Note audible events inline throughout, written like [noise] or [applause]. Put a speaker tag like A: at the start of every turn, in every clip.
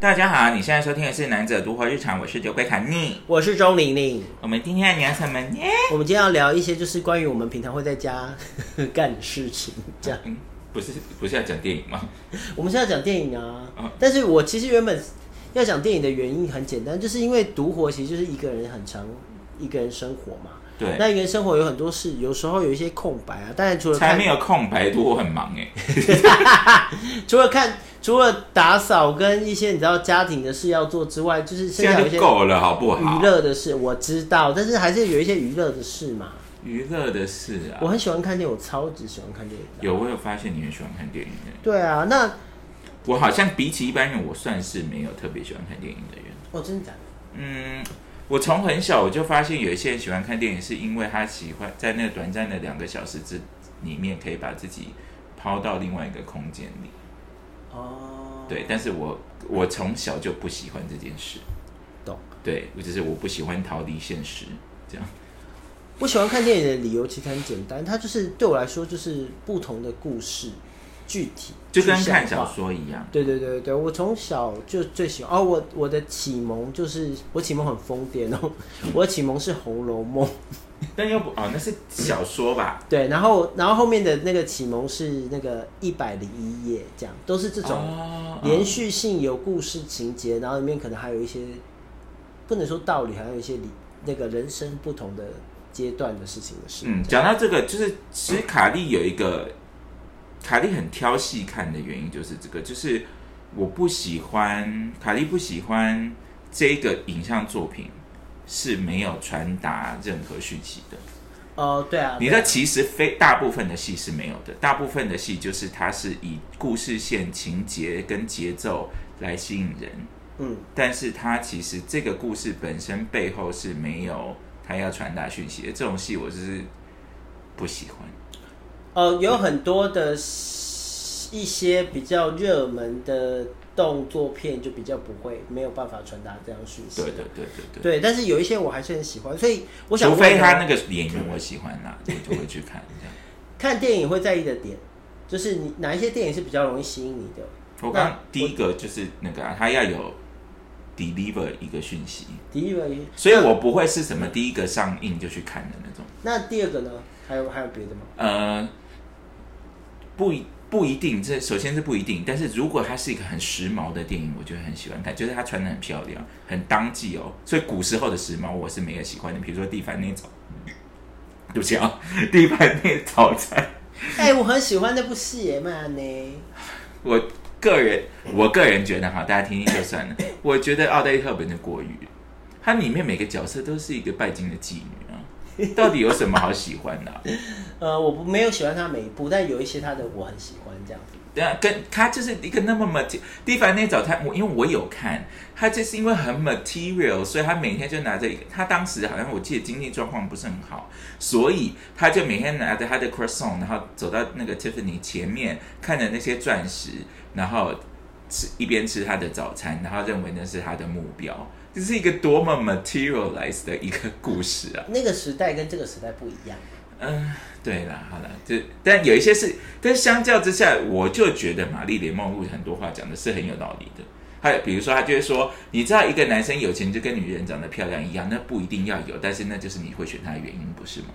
A: 大家好，你现在收听的是《南者独活日常》，我是酒鬼卡尼。
B: 我是钟玲玲。
A: 我们今天要聊什么呢？
B: 我们今天要聊一些就是关于我们平常会在家 [laughs] 干的事情，这样。
A: 嗯，不是不是要讲电影吗？
B: 我们现在讲电影啊
A: 嗯，
B: 但是我其实原本要讲电影的原因很简单，就是因为独活其实就是一个人很长一个人生活嘛。
A: 对
B: 那一个人生活有很多事，有时候有一些空白啊。当然除了
A: 才
B: 看
A: 没有空白多，我很忙哎、
B: 除了看除了打扫跟一些你知道家庭的事要做之外， [laughs] 就是剩
A: 现
B: 下
A: 在
B: 有一些
A: 就够了，好不好？
B: 娱乐的事，我知道，但是还是有一些娱乐的事嘛。
A: 娱乐的事啊
B: 我，很喜欢看电影，我超级喜欢看电影的。
A: 有我有发现你很喜欢看电影的，
B: 对啊，那
A: 我好像比起一般人，我算是没有特别喜欢看电影的人。
B: 哦，真的假的？
A: 嗯，我从很小我就发现有一些人喜欢看电影，是因为他喜欢在那个短暂的两个小时之里面，可以把自己抛到另外一个空间里。
B: 哦，
A: 对，但是我我从小就不喜欢这件事。
B: 懂。
A: 对，我就是我不喜欢逃离现实，这样。
B: 我喜欢看电影的理由其实很简单，它就是对我来说就是不同的故事，具体
A: 就跟
B: 具象
A: 看
B: 化
A: 小说一样，
B: 对对对对，我从小就最喜欢哦，我我的启蒙就是我启蒙很疯癫哦，我的启蒙是《红楼梦》，
A: 但又不哦，那是小说吧？
B: 对，然后然后后面的那个启蒙是那个一百零一夜，这样都是这种
A: 哦
B: 连续性有故事情节，然后里面可能还有一些不能说道理，还有一些理那个人生不同的阶段的事情的事，
A: 嗯，讲到这个，就是其实卡莉有一个卡莉很挑戏看的原因，就是这个，就是我不喜欢卡莉不喜欢这个影像作品是没有传达任何讯息的。
B: 哦，对啊，
A: 你知道，其实非大部分的戏是没有的，大部分的戏就是它是以故事线、情节跟节奏来吸引人，
B: 嗯。
A: 但是它其实这个故事本身背后是没有它要传达讯息的。这种戏我就是不喜欢。
B: 呃，有很多的一些比较热门的动作片就比较不会没有办法传达这样讯息。
A: 对对对对对，
B: 对但是有一些我还是很喜欢，所以我想
A: 除
B: 问啊
A: 非
B: 呢
A: 他那个演员我喜欢啦，我就会去看。这样，
B: 看电影会在意的点，就是你哪一些电影是比较容易吸引你的？
A: 我刚刚第一个就是那个、啊，他要有 deliver 一个讯息，
B: 第一个，
A: 所以我不会是什么第一个上映就去看的那种。
B: 那第二个呢？还有还有别的吗？
A: 呃，不一不一定，这首先是不一定，但是如果它是一个很时髦的电影，我就会很喜欢看，就是它穿的很漂亮，很当季哦。所以古时候的时髦我是没有喜欢的，比如说蒂凡尼早，对不起啊，蒂凡尼早餐，
B: [laughs] 哎、我很喜欢那部戏耶，嘛呢？
A: 我个人我个人觉得哈，大家听听就算了。我觉得奥黛丽赫本的国语，它里面每个角色都是一个拜金的妓女啊，到底有什么好喜欢的啊、
B: 呃，我不没有喜欢他每一部，但有一些他的我很喜欢这样子。
A: 对啊，跟他就是一个那么 material。蒂凡尼早餐，我因为我有看，他就是因为很 material，所以他每天就拿着一个，他当时好像我记得经济状况不是很好，所以他就每天拿着他的 croissant，然后走到那个 Tiffany 前面，看着那些钻石，然后吃一边吃他的早餐，然后认为那是他的目标。这是一个多么 materialized 的一个故事啊！
B: 那个时代跟这个时代不一样。
A: 嗯，对啦，好啦，就但有一些是，但相较之下，我就觉得玛丽莲梦露很多话讲的是很有道理的。还有比如说，她就会说，你知道一个男生有钱就跟女人长得漂亮一样，那不一定要有，但是那就是你会选他的原因，不是吗？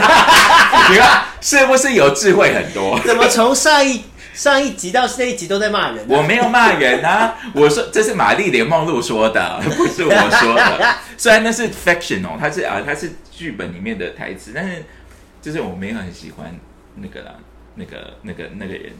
A: 你看是不是有智慧很多？
B: 怎么从上一上一集到这一集都在骂人、呢？
A: 我没有骂人啊， [laughs] 我说这是玛丽莲梦露说的， [laughs] 不是我说
B: [laughs]
A: 的。虽然那是 fictional，它是啊，它是剧本里面的台词，但是就是我没有很喜欢那个啦，那个那个那个人，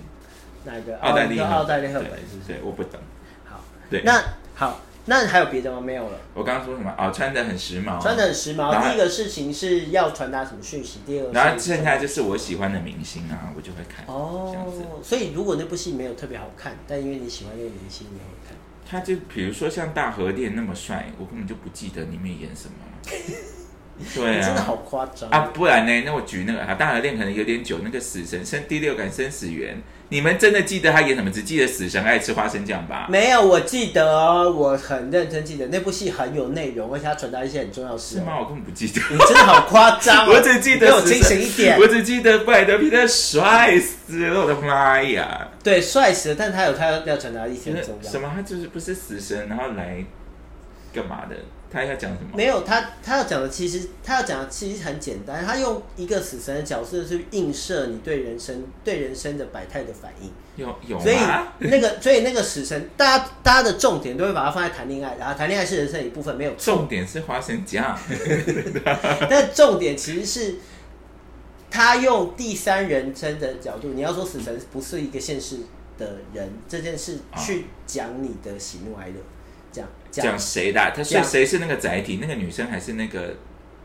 B: 哪一个？
A: 奥黛丽
B: 哦
A: 赫本，
B: 你说奥黛丽赫本
A: 对
B: 是不是？
A: 对，我不懂。
B: 好，
A: 对，
B: 那好，那还有别的吗？没有了。
A: 我刚刚说什么？哦，穿的很时髦，
B: 穿的很时
A: 然
B: 髦。
A: 后
B: 第一个事情是要传达什么讯息，第二个是
A: 然后剩下就是我喜欢的明星啊，我就会看。这样子。
B: 哦，所以如果那部戏没有特别好看，但因为你喜欢那个明星，你会看。
A: 他就比如说像大河恋那么帅，我根本就不记得里面演什
B: [laughs]
A: 么。对
B: 你
A: 啊，
B: 真的好夸张
A: 啊，不然呢？那我举那个啊，大河恋可能有点久，那个死神生第六感生死缘，你们真的记得他演什么？只记得死神爱吃花生酱吧？
B: 没有，我记得哦，我很认真记得那部戏很有内容，而且它传达一些很重要的事
A: 是
B: 哦。
A: 吗？我根本不记得，
B: 你真的好夸 [laughs] 张哦！
A: 我只记得
B: 你给我
A: 死
B: 清
A: 神
B: 醒一点
A: 我。只记得布莱德皮特帅死了，我的妈呀！
B: 对，帅死了，但他有他要传达的意思
A: 真
B: 很
A: 的
B: 重要。
A: 什么？他就是不是死神，然后来干嘛的？他要讲什么？
B: 没有，他他要讲的其实他要讲的其实很简单，他用一个死神的角色去映射你对人生对人生的百态的反应，
A: 有有
B: 所以
A: 吗？
B: 那个所以那个死神，大家大家的重点都会把它放在谈恋爱，然后谈恋爱是人生的一部分，没有错。
A: 重点是花生酱，
B: [laughs] 但重点其实是他用第三人称的角度，你要说死神不是一个现实的人这件事
A: 啊
B: 去讲你的喜怒哀乐，讲
A: 讲
B: 讲
A: 谁的啊？他所以
B: 讲
A: 谁是那个载体？那个女生还是那个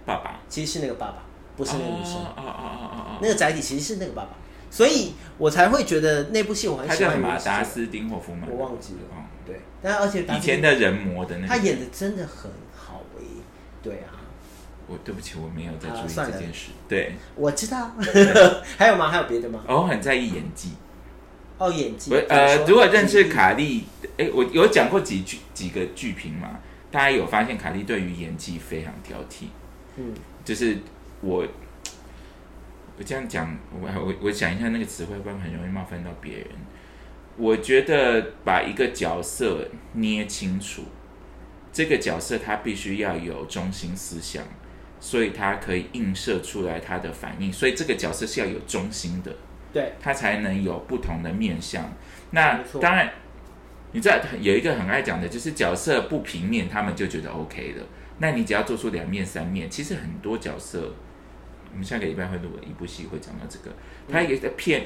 A: 爸爸？
B: 其实是那个爸爸，不是那个女生。
A: 哦哦哦哦
B: 那个载体其实是那个爸爸，所以我才会觉得那部戏
A: 哦，
B: 我很
A: 他
B: 喜
A: 叫什
B: 欢。
A: 么啊？达，斯汀霍夫曼，
B: 我忘记了
A: 哦
B: 对，但而且达
A: 以
B: 斯
A: 前的人魔的那
B: 他
A: 个，
B: 演的真的很好诶、对啊，
A: 我对不起，我没有在注
B: 啊
A: 意
B: 算
A: 这
B: 了
A: 件事。对，
B: 我知道。 [laughs] 还有吗？还有别的吗？
A: 哦我很在意演技。
B: 哦，演技
A: 我。呃，
B: 说
A: 如果认识，卡莉，哎，我有讲过几句几个剧评嘛，大家有发现卡莉对于演技非常挑剔，
B: 嗯，
A: 就是我。我这样讲，我我我想一下那个词汇，不然很容易冒犯到别人。我觉得把一个角色捏清楚，这个角色他必须要有中心思想，所以他可以映射出来他的反应，所以这个角色是要有中心的。
B: 对，
A: 它才能有不同的面相。那
B: 没错
A: 当然，你知道有一个很爱讲的，就是角色不平面，他们就觉得 OK 了。那你只要做出两面、三面，其实很多角色，我们下个礼拜会录一部戏，会讲到这个。他也在骗，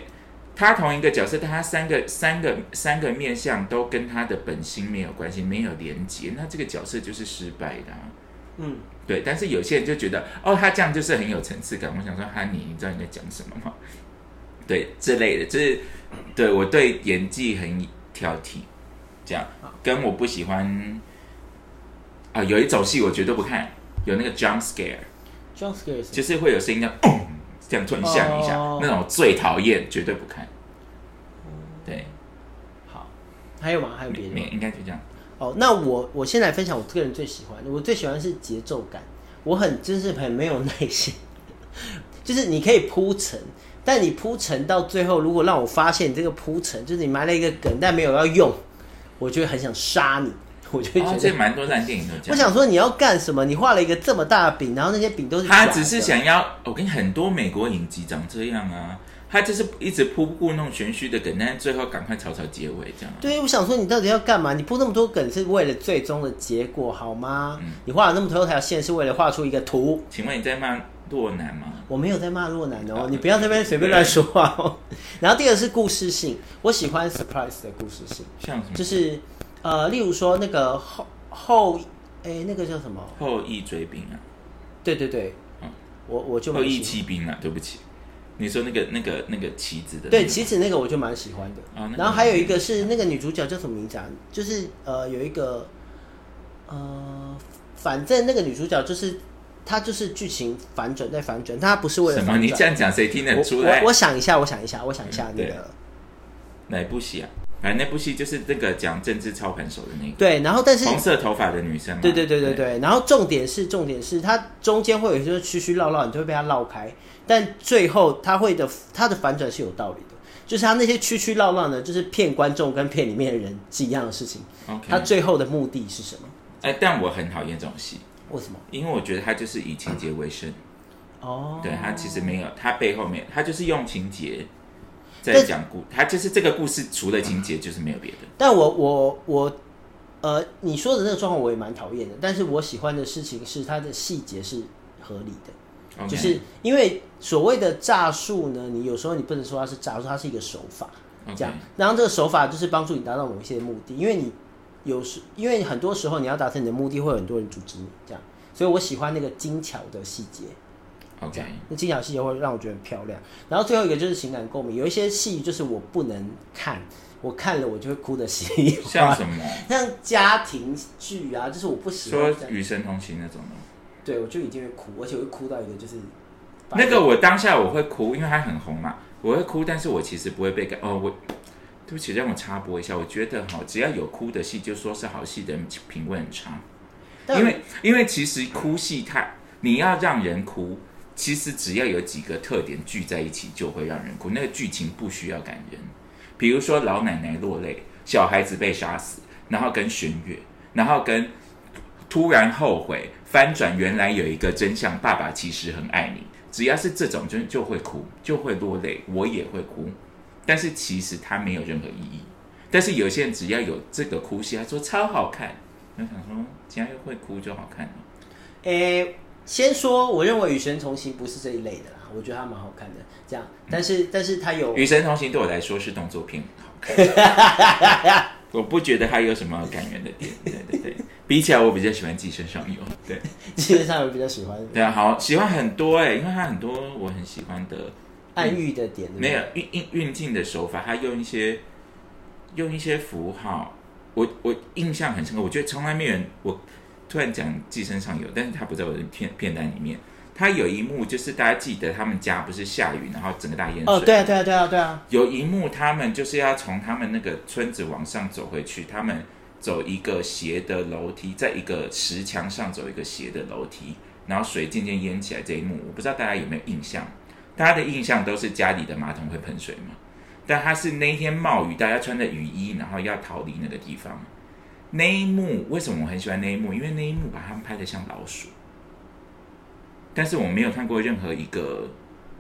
A: 他同一个角色，但他三个、三个、三个面相都跟他的本心没有关系，没有连接，那这个角色就是失败的、啊。
B: 嗯，
A: 对，但是有些人就觉得，哦，他这样就是很有层次感。我想说，哈尼，你知道你在讲什么吗？对，之类的，就是对我对演技很挑剔，这样跟我不喜欢啊、有一种戏我绝对不看，有那个 jump scare，
B: John s c a r e
A: 就是会有声音这样，砰这样突然吓你一下，
B: 哦
A: 那种我最讨厌，绝对不看。对，
B: 哦好，还有吗？还有别的
A: 没
B: 吗？
A: 应该就这样。
B: 哦，那我我先来分享我个人最喜欢的，我最喜欢是节奏感，我很真是很没有耐心， [laughs] 就是你可以铺陈，但你铺陈到最后，如果让我发现你这个铺陈就是你埋了一个梗，但没有要用，我就会很想杀你， [laughs] 我就会
A: 哦，
B: 觉
A: 这
B: 得，
A: 蛮多烂电影都这
B: 我
A: 样。
B: 想说你要干什么？你画了一个这么大的饼，然后那些饼都是
A: 他
B: 假
A: 只是
B: 的
A: 想要，我跟你很多美国影集长这样啊，他就是一直铺故弄玄虚的梗，但是最后赶快草草结尾这样。啊
B: 对，我想说你到底要干嘛？你铺那么多梗是为了最终的结果好吗？
A: 嗯
B: 你画了那么多条线是为了画出一个图，
A: 请问你在骂洛南吗？
B: 我没有在骂洛南哦
A: 啊，
B: 你不要在那边随便乱说话哦。
A: [laughs]
B: 然后第二个是故事性，我喜欢 surprise 的故事性，
A: 像什么
B: 就是呃，例如说那个后后诶，那个叫什么？
A: 后羿追兵啊，
B: 对对对
A: 嗯，
B: 我我就
A: 后
B: 蛮
A: 羿
B: 喜
A: 弃兵啊，对不起，你说那个那个那个棋子的、
B: 欢。对，棋子那个我就蛮喜欢的
A: 哦那。个
B: 然后还有一个是那个女主角叫什么名字啊？就是呃，有一个呃，反正那个女主角就是她就是剧情反转再反转，但她不是为了
A: 什么？
B: 反
A: 你这
B: 转。
A: 样讲谁听得
B: 我
A: 出来
B: 我？我想一下，我想一下，我想一下
A: 嗯
B: 那
A: 对
B: 个。
A: 哪部戏啊？反正那部戏就是那个讲政治操盘手的那个
B: 对，然后但是
A: 红色头发的女生嘛。啊
B: 对对对对对，然后重点是重点是它中间会有一些曲曲绕绕，你就会被它绕开，但最后它会的它的反转是有道理的，就是它那些曲曲绕绕呢，就是骗观众跟骗里面的人是一样的事情，它
A: ，OK。
B: 最后的目的是什么？
A: 哎，但我很讨厌这种戏，
B: 为什么？
A: 因为我觉得它就是以情节为生。
B: 哦，
A: 对他其实没有，他背后没有，他就是用情节在
B: 但
A: 讲故，他就是这个故事除了情节就是没有别的。
B: 但我我我呃，你说的那个状况我也蛮讨厌的，但是我喜欢的事情是它的细节是合理的。
A: OK，
B: 就是因为所谓的诈术呢，你有时候你不能说它是诈术，它是一个手法，
A: OK
B: 这样。然后这个手法就是帮助你达到某一些目的，因为你有时，因为很多时候你要达成你的目的，会有很多人阻止你，这样。所以我喜欢那个精巧的细节，
A: OK，
B: 那精巧细节会让我觉得很漂亮。然后最后一个就是情感共鸣，有一些戏就是我不能看，我看了我就会哭的稀里哗
A: 像
B: 啦，
A: 什么
B: 像家庭剧啊，就是我不喜欢
A: 说
B: 这样，
A: 与神同行那种的，
B: 对我就一定会哭，而且我会哭到一个就是
A: 那个我当下我会哭，因为他很红嘛，我会哭，但是我其实不会被感哦我。对不起，让我插播一下，我觉得哈，只要有哭的戏，就说是好戏的人品味很差。
B: 但
A: 因为因为其实哭戏它你要让人哭，其实只要有几个特点聚在一起就会让人哭，那个剧情不需要感人。比如说老奶奶落泪，小孩子被杀死，然后跟弦乐，然后跟突然后悔，翻转原来有一个真相，爸爸其实很爱你。只要是这种，就就会哭，就会落泪，我也会哭。但是其实它没有任何意义。但是有些人只要有这个哭戏，他说超好看，我想说，只要又会哭就好看了。
B: 诶、先说，我认为《与神同行》不是这一类的啦，我觉得它蛮好看的。这样，但是但是它有
A: 《与神同行》对我来说是动作片，好看。
B: [laughs]
A: 我不觉得它有什么感人的点，对对对，比起来我比较喜欢《寄生上游》。对
B: [laughs] 基本上有比较喜欢
A: 对啊，好喜欢很多哎、因为它很多我很喜欢的
B: 暗喻的点，对不对
A: 没有运运运镜的手法，他用一些用一些符号，我我印象很深刻。我觉得从来没有人，我突然讲《寄生上游》，但是他不在我的片片单里面。他有一幕就是大家记得他们家不是下雨，然后整个大淹水。
B: 哦，对啊，对啊，对啊，对啊，
A: 有一幕他们就是要从他们那个村子往上走回去，他们走一个斜的楼梯，在一个石墙上走一个斜的楼梯，然后水渐渐淹起来这一幕，我不知道大家有没有印象？大家的印象都是家里的马桶会喷水嘛，但他是那一天冒雨，大家穿着雨衣，然后要逃离那个地方。那一幕为什么我很喜欢那一幕？因为那一幕把他们拍得像老鼠，但是我没有看过任何一个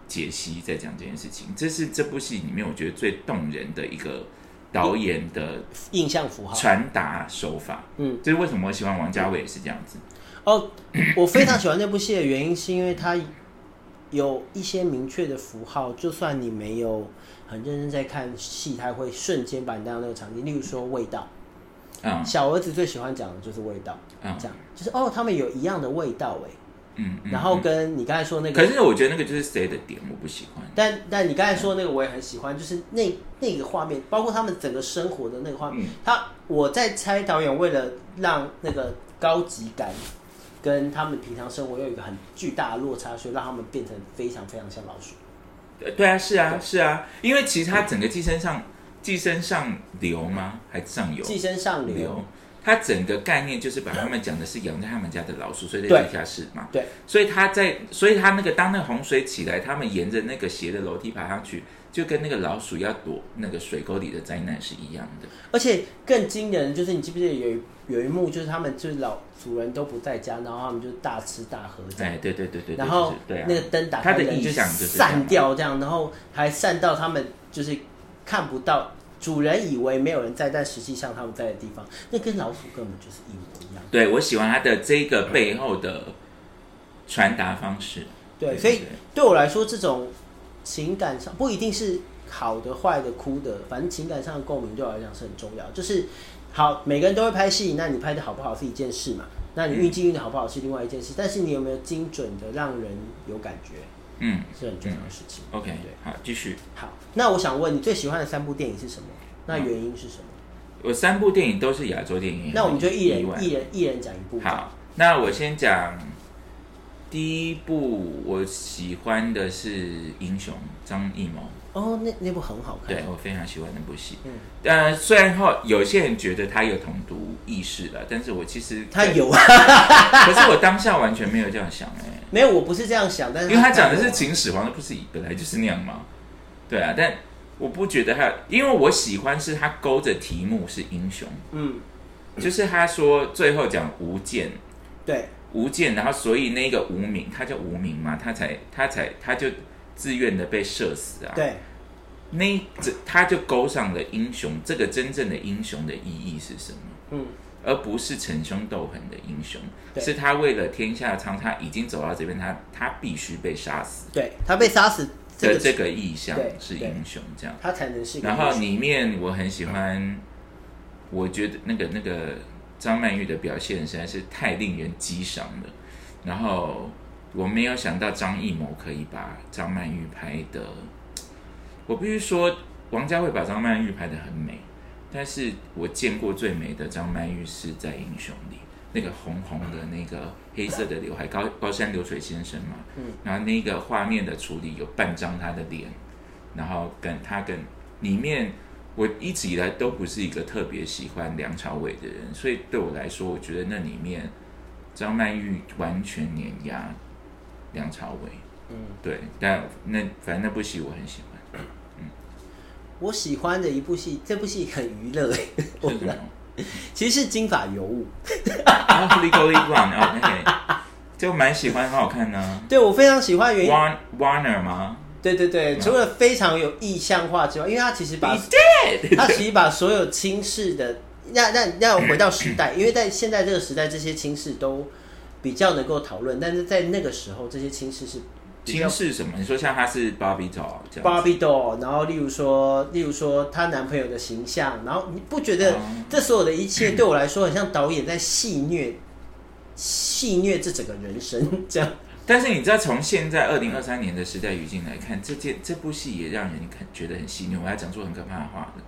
A: 解析在讲这件事情，这是这部戏里面我觉得最动人的一个导演的
B: 印象符号。
A: 传达手法。
B: 嗯，
A: 这是为什么我喜欢王家卫也是这样子。
B: 哦，我非常喜欢那部戏的原因是因为它有一些明确的符号，就算你没有很认真在看戏，它会瞬间把你带到那个场景。例如说味道，
A: 嗯
B: 小儿子最喜欢讲的就是味道，
A: 嗯
B: 这样就是哦，他们有一样的味道哎，
A: 嗯嗯。
B: 然后跟你刚才说那个
A: 可是我觉得那个就是谁的点我不喜欢。
B: 但但你刚才说那个我也很喜欢，就是那那个画面，包括他们整个生活的那个画面。
A: 嗯
B: 他我在猜导演为了让那个高级感跟他们平常生活有一个很巨大的落差，所以让他们变成非常非常像老鼠。
A: 呃对啊，是啊，是啊，因为其实它整个寄生上寄生上流吗？还是上游？
B: 寄生上流
A: 流，。它整个概念就是把他们讲的是养在他们家的老鼠，所以在
B: 对
A: 地下室嘛。
B: 对，
A: 所以他在，所以他那个当那个洪水起来，他们沿着那个斜的楼梯爬上去，就跟那个老鼠要躲那个水沟里的灾难是一样的。
B: 而且更惊人的就是，你记不记得有一有一幕，就是他们就是老主人都不在家，然后他们就大吃大喝这样。
A: 哎，对对对对对，
B: 然后
A: 就是对啊，
B: 那个灯打
A: 他
B: 开，
A: 的
B: 人
A: 意
B: 就
A: 象就是这样
B: 散掉这样，然后还散到他们就是看不到，主人以为没有人在，但实际上他们在的地方，那跟老鼠根本就是一模一样。
A: 对我喜欢他的这个背后的传达方式。
B: 对，
A: 对
B: 所以
A: 对
B: 对我来说，这种情感上不一定是好的、坏的、哭的，反正情感上的共鸣对我来讲是很重要。就是好，每个人都会拍戏，那你拍的好不好是一件事嘛，那你运镜运的好不好是另外一件事，但是你有没有精准的让人有感觉，
A: 嗯
B: 是很重要的事情。
A: ，OK，
B: 对
A: 好，继续。
B: 好，那我想问你最喜欢的三部电影是什么？那原因是什么？
A: 我三部电影都是亚洲电影，
B: 那我们就一人
A: 嗯意外
B: 一人一人讲一部。
A: 好，那我先讲第一部，我喜欢的是《英雄》张艺谋，
B: 哦，那那部很好看
A: 对。我非常喜欢那部戏。
B: 嗯
A: 呃，虽然后有些人觉得他有统独意识了，但是我其实
B: 他，有啊
A: 可是我当下完全没有这样想哎、
B: [laughs] 没有？我不是这样想，但是
A: 因为他讲的
B: 看
A: 是
B: 了
A: 秦始皇，那不是本来就是那样吗？对啊，但我不觉得他，因为我喜欢是他勾着题目是英雄，
B: 嗯，
A: 就是他说最后讲无间，
B: 对，
A: 无间，然后所以那个无名，他叫无名嘛，他才他才他就自愿的被射死啊。，
B: 对，
A: 那这他就勾上了英雄，这个真正的英雄的意义是什么？
B: 嗯，
A: 而不是逞凶斗狠的英雄，
B: 对
A: 是他为了天下苍，他已经走到这边，他他必须被杀死
B: 对他被杀死这
A: 的
B: 个，
A: 这个意象
B: 对
A: 是
B: 对
A: 英雄这样。
B: 他才能是一个英
A: 然
B: 雄。
A: 后里面我很喜欢，我觉得那个那个张曼玉的表现实在是太令人激赏了。然后我没有想到张艺谋可以把张曼玉拍的，我必须说王家卫把张曼玉拍的很美，但是我见过最美的张曼玉是在《英雄》里。那个红红的那个黑色的刘海，高高山流水先生嘛，
B: 嗯，
A: 然后那个画面的处理有半张他的脸，然后跟他跟里面，我一直以来都不是一个特别喜欢梁朝伟的人，所以对我来说，我觉得那里面张曼玉完全碾压梁朝伟。
B: 嗯， [laughs]
A: 对，但那反正那部戏我很喜欢。
B: 我喜欢的一部戏，这部戏很娱乐、 [laughs] 欸，我
A: 是什么？
B: 其实是《金发尤物》。
A: 啊，Legally Blonde 哦，OK，就蛮喜欢，很好看呢。
B: 对我非常喜欢的原因，
A: Warn Warner 吗
B: 对对对，除了非常有意象化之外，因为它其实把
A: ？He [laughs] did
B: 他其实把所有轻视的，那那那回到时
A: [coughs]
B: 代，因为在现在这个时代，这些轻视都比较能够讨论，但是在那个时候，这些轻视是比较
A: 金是什么？你说像他是 Barbie doll 这样子
B: Barbie doll，然后例如说，例如说她男朋友的形象，然后你不觉得
A: 嗯
B: 这所有的一切对我来说，很像导演在戏虐戏虐这整个人生这样？
A: 但是你知道，从现在二零二三年的时代语境来看，这件这部戏也让人很觉得很戏虐。我还讲出很可怕的话的，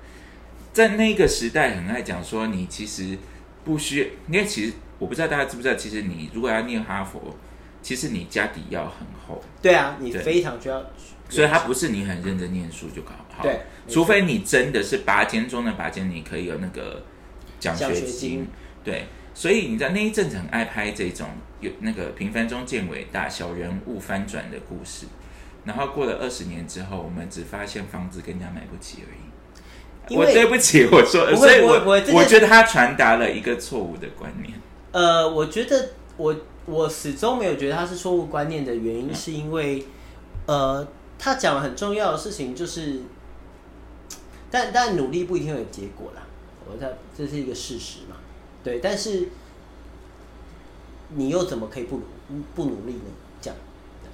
A: 在那个时代很爱讲说，你其实不需，因为其实我不知道大家知不知道，其实你如果要念哈佛，其实你家底要很厚，
B: 对啊，你
A: 对
B: 非常需要，
A: 所以它不是你很认真念书就搞好，
B: 对
A: 除非你真的是拔尖中的拔尖，你可以有那个奖
B: 奖学
A: 学金
B: 金，
A: 对。所以你知道那一阵子很爱拍这种有那个平凡中见伟大、小人物翻转的故事，然后过了二十年之后，我们只发现房子跟人家买不起而已。
B: 因
A: 我
B: 为
A: 对不起，我说，
B: 不会
A: 所以
B: 不会
A: 我
B: 不会这件
A: 我觉得他传达了一个错误的观念。
B: 呃，我觉得我我始终没有觉得他是错误观念的原因，是因为呃，他讲了很重要的事情，就是，但但努力不一定会有结果啦，我在这是一个事实嘛，对，但是你又怎么可以不努不努力呢？这样，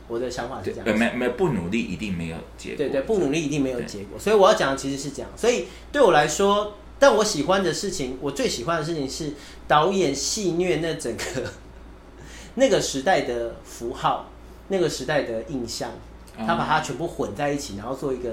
B: 我的想法是
A: 对
B: 哦这，
A: 呃，
B: 样。
A: 没没不努力一定没有结果。
B: 对对，不努力一定没有
A: 对
B: 结果。所以我要讲的其实是这样。所以对我来说，但我喜欢的事情，我最喜欢的事情是导演戏虐那整个那个时代的符号，那个时代的印象，
A: 哦
B: 他把它全部混在一起，然后做一个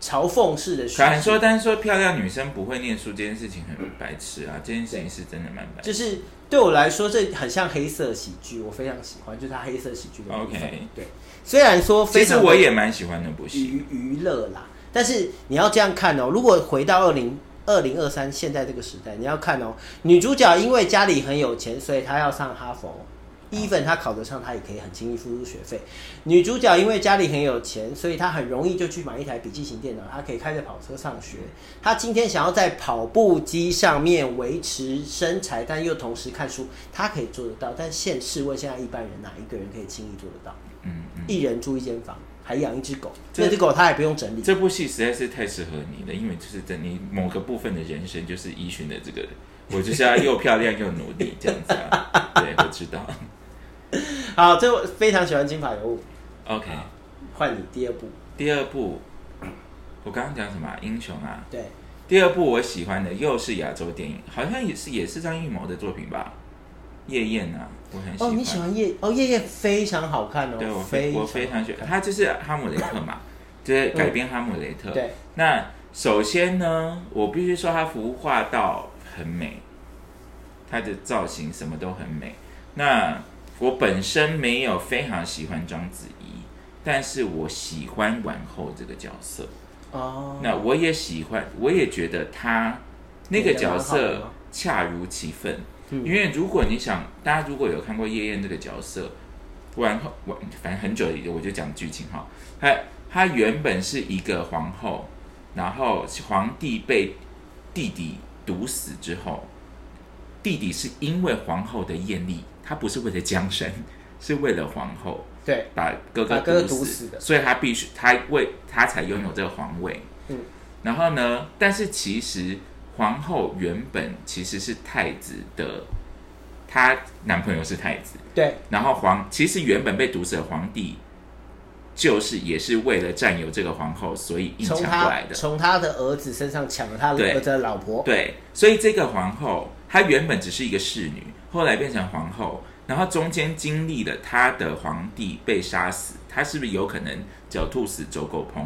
B: 嘲讽式的叙
A: 虽然
B: 述。
A: 说，但是说漂亮女生不会念书这件事情很白痴啊，这件事情是真的蛮白痴。
B: 就是对我来说，这很像黑色喜剧，我非常喜欢，就是它黑色喜剧的部分。
A: OK
B: 对，虽然说
A: 其
B: 非
A: 实
B: 常嗯
A: 我也蛮喜欢那部戏，
B: 娱娱乐啦。但是你要这样看哦，如果回到二零二零二三现在这个时代，你要看哦，女主角因为家里很有钱，所以她要上哈佛。even 她考得上，她也可以很轻易付出学费。女主角因为家里很有钱，所以她很容易就去买一台笔记型电脑，她可以开着跑车上学。她今天想要在跑步机上面维持身材，但又同时看书，她可以做得到。但现试问现在一般人哪一个人可以轻易做得到？
A: 嗯嗯，
B: 一人住一间房，还养一只狗，
A: 这
B: 那只狗它也不用整理。
A: 这部戏实在是太适合你了，因为就是在你某个部分的人生就是依循的这个，我就是要又漂亮又努力这样子啊。对，我知
B: [laughs]
A: 道。
B: 好，这我非常喜欢《金发尤物》。
A: OK，
B: 换你第二部，
A: 第二部，我刚刚讲什么啊、英雄啊？
B: 对，
A: 第二部我喜欢的又是亚洲电影，好像也是也是张艺谋的作品吧，《夜宴》啊，我很喜
B: 哦，
A: 欢。
B: 你喜欢夜哦，夜夜非常好看哦，
A: 对我
B: 非嗯
A: 非我非常喜欢，他就是哈姆雷特嘛，就是改编哈姆雷特。
B: 对，
A: 那首先呢，我必须说他服化道很美，他的造型什么都很美。那我本身没有非常喜欢章子怡，但是我喜欢王后这个角色。
B: 哦，
A: 那我也喜欢，我也觉得他那个角
B: 演得蛮好的
A: 色
B: 吗
A: 恰如其分。
B: 嗯
A: 因为如果你想，大家如果有看过夜宴这个角色，然后我反正很久以前我就讲剧情哈，她她原本是一个皇后，然后皇帝被弟弟毒死之后，弟弟是因为皇后的艳丽，他不是为了江山，是为了皇后。
B: 对，
A: 把哥
B: 把
A: 哥
B: 哥哥
A: 毒死
B: 毒死的
A: 所以他必须他为他才拥有这个皇位。
B: 嗯，
A: 然后呢，但是其实皇后原本其实是太子的，她男朋友是太子，
B: 对，
A: 然后皇其实原本被毒死的皇帝。就是也是为了占有这个皇后，所以硬抢
B: 从
A: 过来
B: 他
A: 的。
B: 从他的儿子身上抢了他
A: 对
B: 儿子的老婆，
A: 对，所以这个皇后她原本只是一个侍女，后来变成皇后，然后中间经历了她的皇帝被杀死，她是不是有可能狡兔死走狗烹？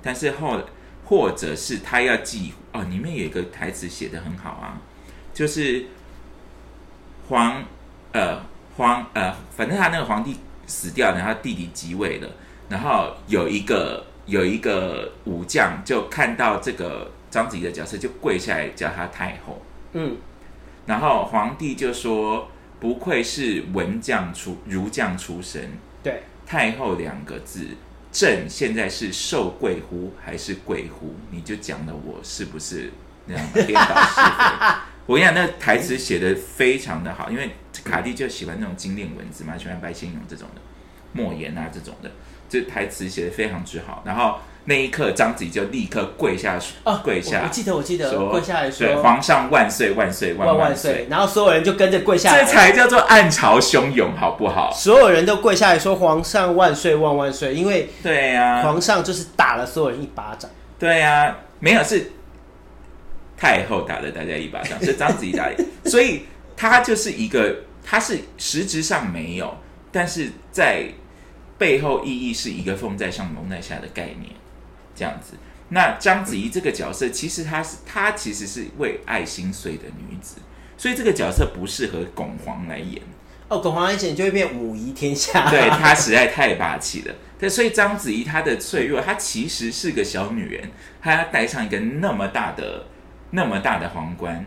A: 但是后或者是她要继哦，里面有一个台词写的很好啊，就是皇呃皇呃，反正他那个皇帝死掉，然后他弟弟即位了，然后有一个有一个武将就看到这个章子怡的角色，就跪下来叫她太后，
B: 嗯，
A: 然后皇帝就说：“不愧是文将出儒将出身，
B: 对，
A: 太后两个字朕现在是受贵乎还是贵乎？你就讲了我是不是那样颠倒是非？我跟你讲，那台词写的非常的好，因为卡蒂就喜欢那种精炼文字嘛，喜欢白先勇这种的，莫言啊这种的，这台词写的非常之好。然后那一刻，章子怡就立刻跪下，
B: 哦，
A: 跪
B: 我
A: 下
B: 我，记得我记得
A: 说
B: 跪下来
A: 对
B: 说
A: 皇上万岁万岁万
B: 万
A: 万
B: 万岁，，然后所有人就跟着跪下
A: 这
B: 来，
A: 才叫做暗潮汹涌，好不好？
B: 所有人都跪下来说皇上万岁万万岁，因为
A: 对呀、
B: 皇上就是打了所有人一巴掌。
A: 对呀、没有是太后打了大家一巴掌，是章子怡打的，所以他就是一个，他是实质上没有，但是在背后意义是一个凤在上龙在下的概念，这样子。那章子怡这个角色，其实她是她其实是为爱心碎的女子，所以这个角色不适合巩皇来演。
B: 哦，巩皇安显就会变武夷天下。
A: 对她实在太霸气了。对，所以章子怡她的脆弱，她其实是个小女人，她要戴上一个那么大的、那么大的皇冠，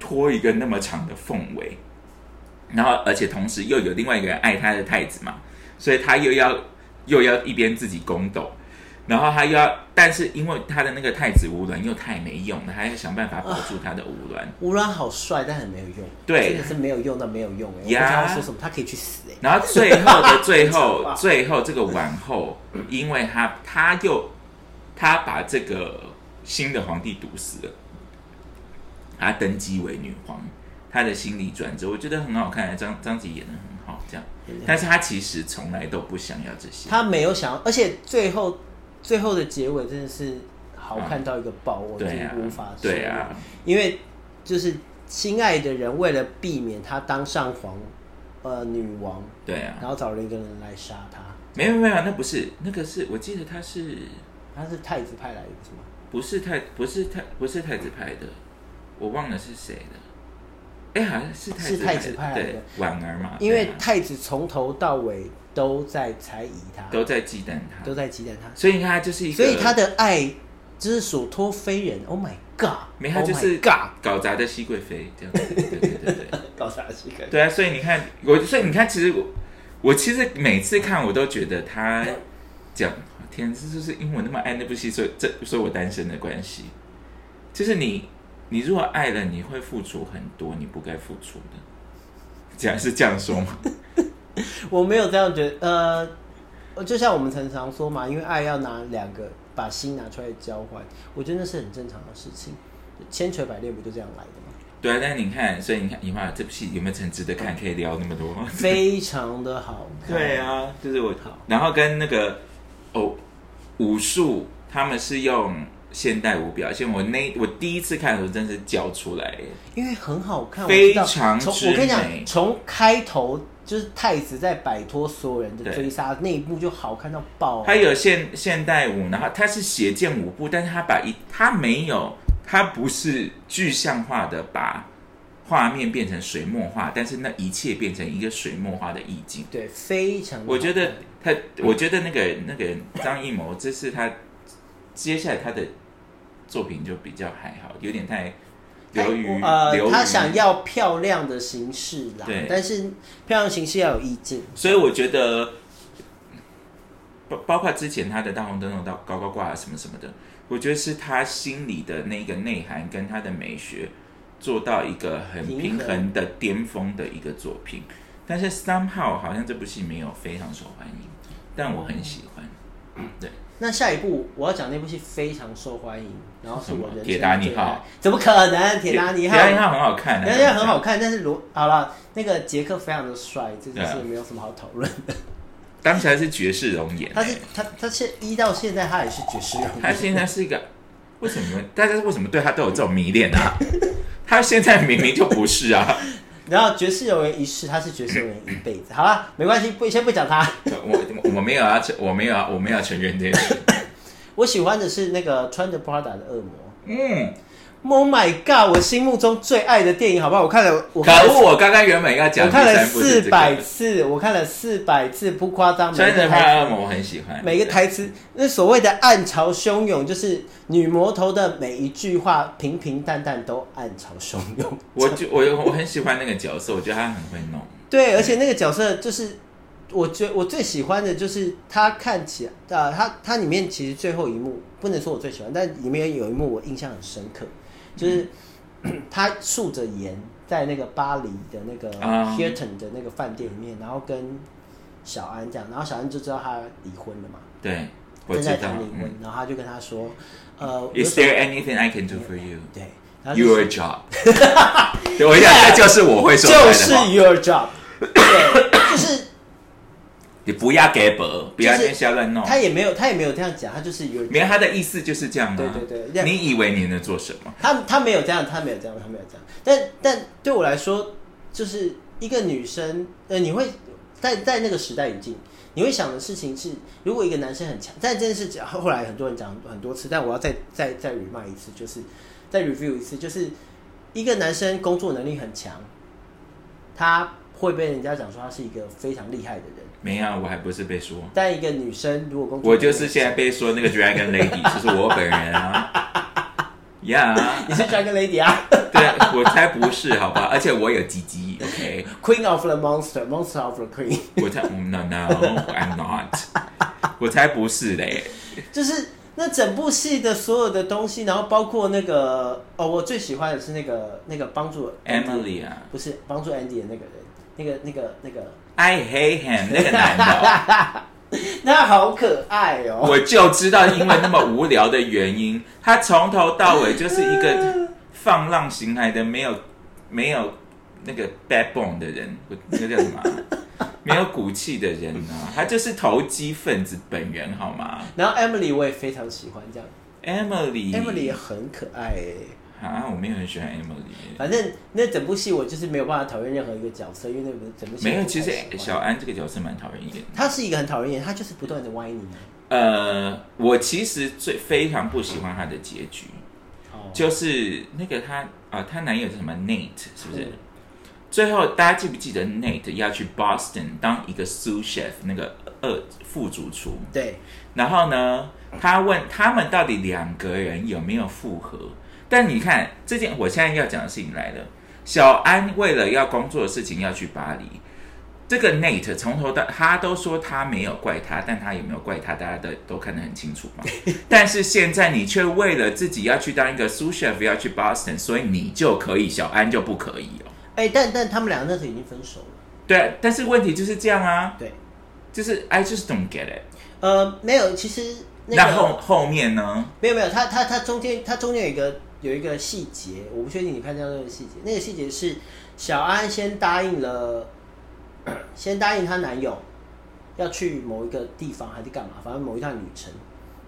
A: 拖一个那么长的凤尾，然后而且同时又有另外一个人爱她的太子嘛，所以她又要又要一边自己宫斗。然后她又要，但是因为她的那个太子无伦又太没用了，她要想办法保住她的无伦。
B: 吴兰好帅，但很没有用。
A: 对
B: 真的是没有用到没有用
A: 呀
B: 哎、我不知道他说什么，他可以去死哎、
A: 然后最后的最
B: [laughs] 这
A: 后
B: 话，
A: 最后这个王后，因为她她又她把这个新的皇帝毒死了，她登基为女皇，她的心理转折，我觉得很好看，章章子怡演的很好，这样
B: 对对。
A: 但是她其实从来都不想要这些，
B: 他没有想要，而且最后最后的结尾真的是好看到一个爆，我真
A: 对啊
B: 的无法，说
A: 对啊，
B: 因为就是心爱的人为了避免他当上皇呃女王，
A: 对啊，
B: 然后找了一个人来杀他，
A: 没有没有，那不是那个是我记得她是
B: 他是太子派来的是吗？
A: 不是太不是太不是太子派的，我忘了是谁的。哎，好像是太
B: 是
A: 子
B: 太
A: 派
B: 子
A: 的
B: 派来
A: 对
B: 的，
A: 婉儿嘛，
B: 因
A: 对
B: 为
A: 啊
B: 太子从头到尾都在猜疑他，
A: 都在忌惮他，
B: 都在忌惮他，
A: 所以你看他就是一个，
B: 所以他的爱就是所托非人。Oh my god！
A: 没他就是
B: oh my
A: 搞砸的熹贵妃这样子，对对对对
B: god，搞啥西个？
A: 对啊，所以你看我，所以你看，其实我我其实每次看我都觉得他讲天，这就是因为我那么爱那部戏，所以这所以我单身的关系，就是你你如果爱了，你会付出很多你不该付出的，这样是这样说吗？
B: 我没有这样觉得。呃，我就像我们常常说嘛，因为爱要拿两个把心拿出来交换，我觉得那是很正常的事情。千锤百炼不就这样来的
A: [laughs]
B: 吗？
A: 对啊，但是你看，所以你看，你妈这部戏有没有很值得看？可以聊那么多。
B: 非常的好看。
A: 对，啊，就是我
B: 好，
A: 然后跟那个哦武术，他们是用现代舞表现。我那我第一次看的时候，真是叫出来耶。
B: 因为很好看，
A: 非常
B: 我知道
A: 之
B: 从我跟你
A: 美
B: 讲，从开头就是太子在摆脱所有人的追杀那一幕就好看到爆、啊
A: 他。有现现代舞，然后他是斜剑舞步，但是他把一他没有，他不是具象化的把画面变成水墨画，但是那一切变成一个水墨画的意境。
B: 对，非常好看。
A: 我觉得他，我觉得那个那个人张艺谋，这是他接下来他的作品就比较还好，有点太流于
B: 呃
A: 流，于。
B: 他想要漂亮的形式啦
A: 对，
B: 但是漂亮形式要有意境。
A: 所以我觉得，包包括之前他的大红灯笼到高高挂什么什么的，我觉得是他心里的那个内涵跟他的美学做到一个很
B: 平
A: 平
B: 衡
A: 衡的巅峰的一个作品。但是 somehow 好像这部戏没有非常受欢迎，但我很喜欢。
B: 那下一部我要讲那部戏非常受欢迎，然后是
A: 什
B: 我
A: 么
B: 人
A: 嗯
B: 生
A: 铁达尼号
B: 最爱，怎么可能？
A: [laughs]
B: 铁达尼号，
A: 铁达尼号很好看、啊，
B: 人家很好看，但是罗好了，那个杰克非常的帅，这件事
A: 对啊
B: 没有什么好讨论的。 [laughs]
A: 当时还是爵士容颜、
B: 他是他他现一到现在他也是爵士乐，
A: 他现在是一个，为什么你们大家为什么对他都有这种迷恋
B: [laughs]
A: 啊？他现在明明就不是啊！
B: 然后爵士游人一世，他是爵士游人一辈子。好了，没关系，不先不讲他。
A: 我我没有啊，我没有啊，我没有承认这件事。
B: 我喜欢的是那个穿着 Prada 的恶魔。
A: 嗯，
B: Oh my god！我心目中最爱的电影，好不好？我看了，我
A: 可
B: 看
A: 恶！
B: 了，
A: 我刚刚原本要讲
B: 我
A: 第
B: 看了
A: 三部
B: 四
A: 是这
B: 百
A: 个，
B: 次，我看了四百次，不夸张。每
A: 穿
B: 一个
A: 着
B: 台
A: 帕恶魔我很喜欢，
B: 每个台词，那所谓的暗潮汹涌，就是女魔头的每一句话平平淡淡都暗潮汹涌。
A: 我就我我很喜欢那个角色，我觉得他很会弄。
B: 对，而且那个角色就是我最我最喜欢的就是它看起来，呃，它它里面其实最后一幕不能说我最喜欢，但里面有一幕我印象很深刻，就是、
A: 嗯
B: [clears throat] 他竖着盐在那个巴黎的那个
A: 啊
B: Hilton 的那个饭店里面，然后跟小安这样，然后小安就知道他离婚了嘛，
A: 对，我
B: 正
A: 知
B: 在
A: 道
B: 谈。离婚
A: 嗯，
B: 然后他就跟他说，呃，有
A: Is
B: 什么
A: there anything I can do for you?
B: 对，然后就
A: Your
B: [laughs]
A: job 对。我想这就是我会说出来
B: 就
A: 的
B: 是
A: 话
B: your job，对，
A: [coughs]
B: 就是
A: 你不要给本，不要
B: 就是
A: 在瞎乱弄。
B: 他也没有他也没有这样讲，他就是 your，
A: 没有
B: job，
A: 他的意思就是这样吗？
B: 对对对
A: 你以为你能做什么？
B: 他他没有这样，他没有这样，他没有这样，但但对我来说，就是一个女生，呃，你会在在那个时代语境。你会想的事情是，如果一个男生很强，但这件事情后来很多人讲很多次，但我要再再再 remind 一次，就是再 review 一次，就是一个男生工作能力很强，他会被人家讲说他是一个非常厉害的人，
A: 没有，啊我还不是被说。
B: 但一个女生如果工作，
A: 我就是现在被说那个 Dragon
B: [laughs]
A: Lady，就是我本人啊。Yeah，
B: 你是 Dragon Lady 啊 [laughs]
A: 对，我才不是，好吧？而且我有鸡鸡，OK？
B: ，Queen of the Monster, Monster of the Queen，
A: 我才 No No，I'm not，我才不是嘞。
B: 就是那整部戏的所有的东西，然后包括那个哦，我最喜欢的是那个那个帮助 Andy-
A: Emily 啊
B: 不是帮助 Andy 的那个人，那个那个那个，
A: I hate him 那个男的，
B: 那好可爱哦，
A: 我就知道，因为那么无聊的原
B: [laughs]
A: 因，他从头到尾就是一个放浪形骸的，没有没有那个 backbone 的人，我那个叫什么
B: [laughs]
A: 啊？没有骨气的人啊，他就是投机分子本人，好吗
B: 然后 Emily 我也非常喜欢这样
A: ？Emily，
B: ，Emily 也很可爱耶、
A: 啊，我没有很喜欢 Emily。
B: 反正那整部戏我就是没有办法讨厌任何一个角色，因为那部整部戏
A: 没有，
B: 我不太
A: 其实
B: 喜欢
A: 小安这个角色蛮讨人厌的。
B: 他是一个很讨人厌，他就是不断的歪你。
A: 呃，我其实最非常不喜欢他的结局，
B: 哦
A: 就是那个她啊，她、男友是什么 Nate 是不是？
B: 嗯
A: 最后大家记不记得 Nate 要去 Boston 当一个 sous chef 那个呃副主厨？
B: 对，
A: 然后呢，他问他们到底两个人有没有复合？但你看这件，我现在要讲的事情来了。小安为了要工作的事情要去巴黎，这个 Nate 从头到他都说他没有怪他，但他也没有怪他，大家都都看得很清楚嘛。但是现在你却为了自己要去当一个 sous chef 要去 Boston，所以你就可以，小安就不可以哦。
B: 哎、但但他们俩那时候已经分手了。
A: 对啊，但是问题就是这样啊，
B: 对，
A: 就是 I just don't get it。
B: 呃，没有，其实那
A: 那
B: 个
A: 后后面呢？
B: 没有没有，他他他中间他中间有一个有一个细节，我不确定你看到那个细节，那个细节是小安先答应了， [coughs] 先答应她男友要去某一个地方还是干嘛，反正某一趟旅程，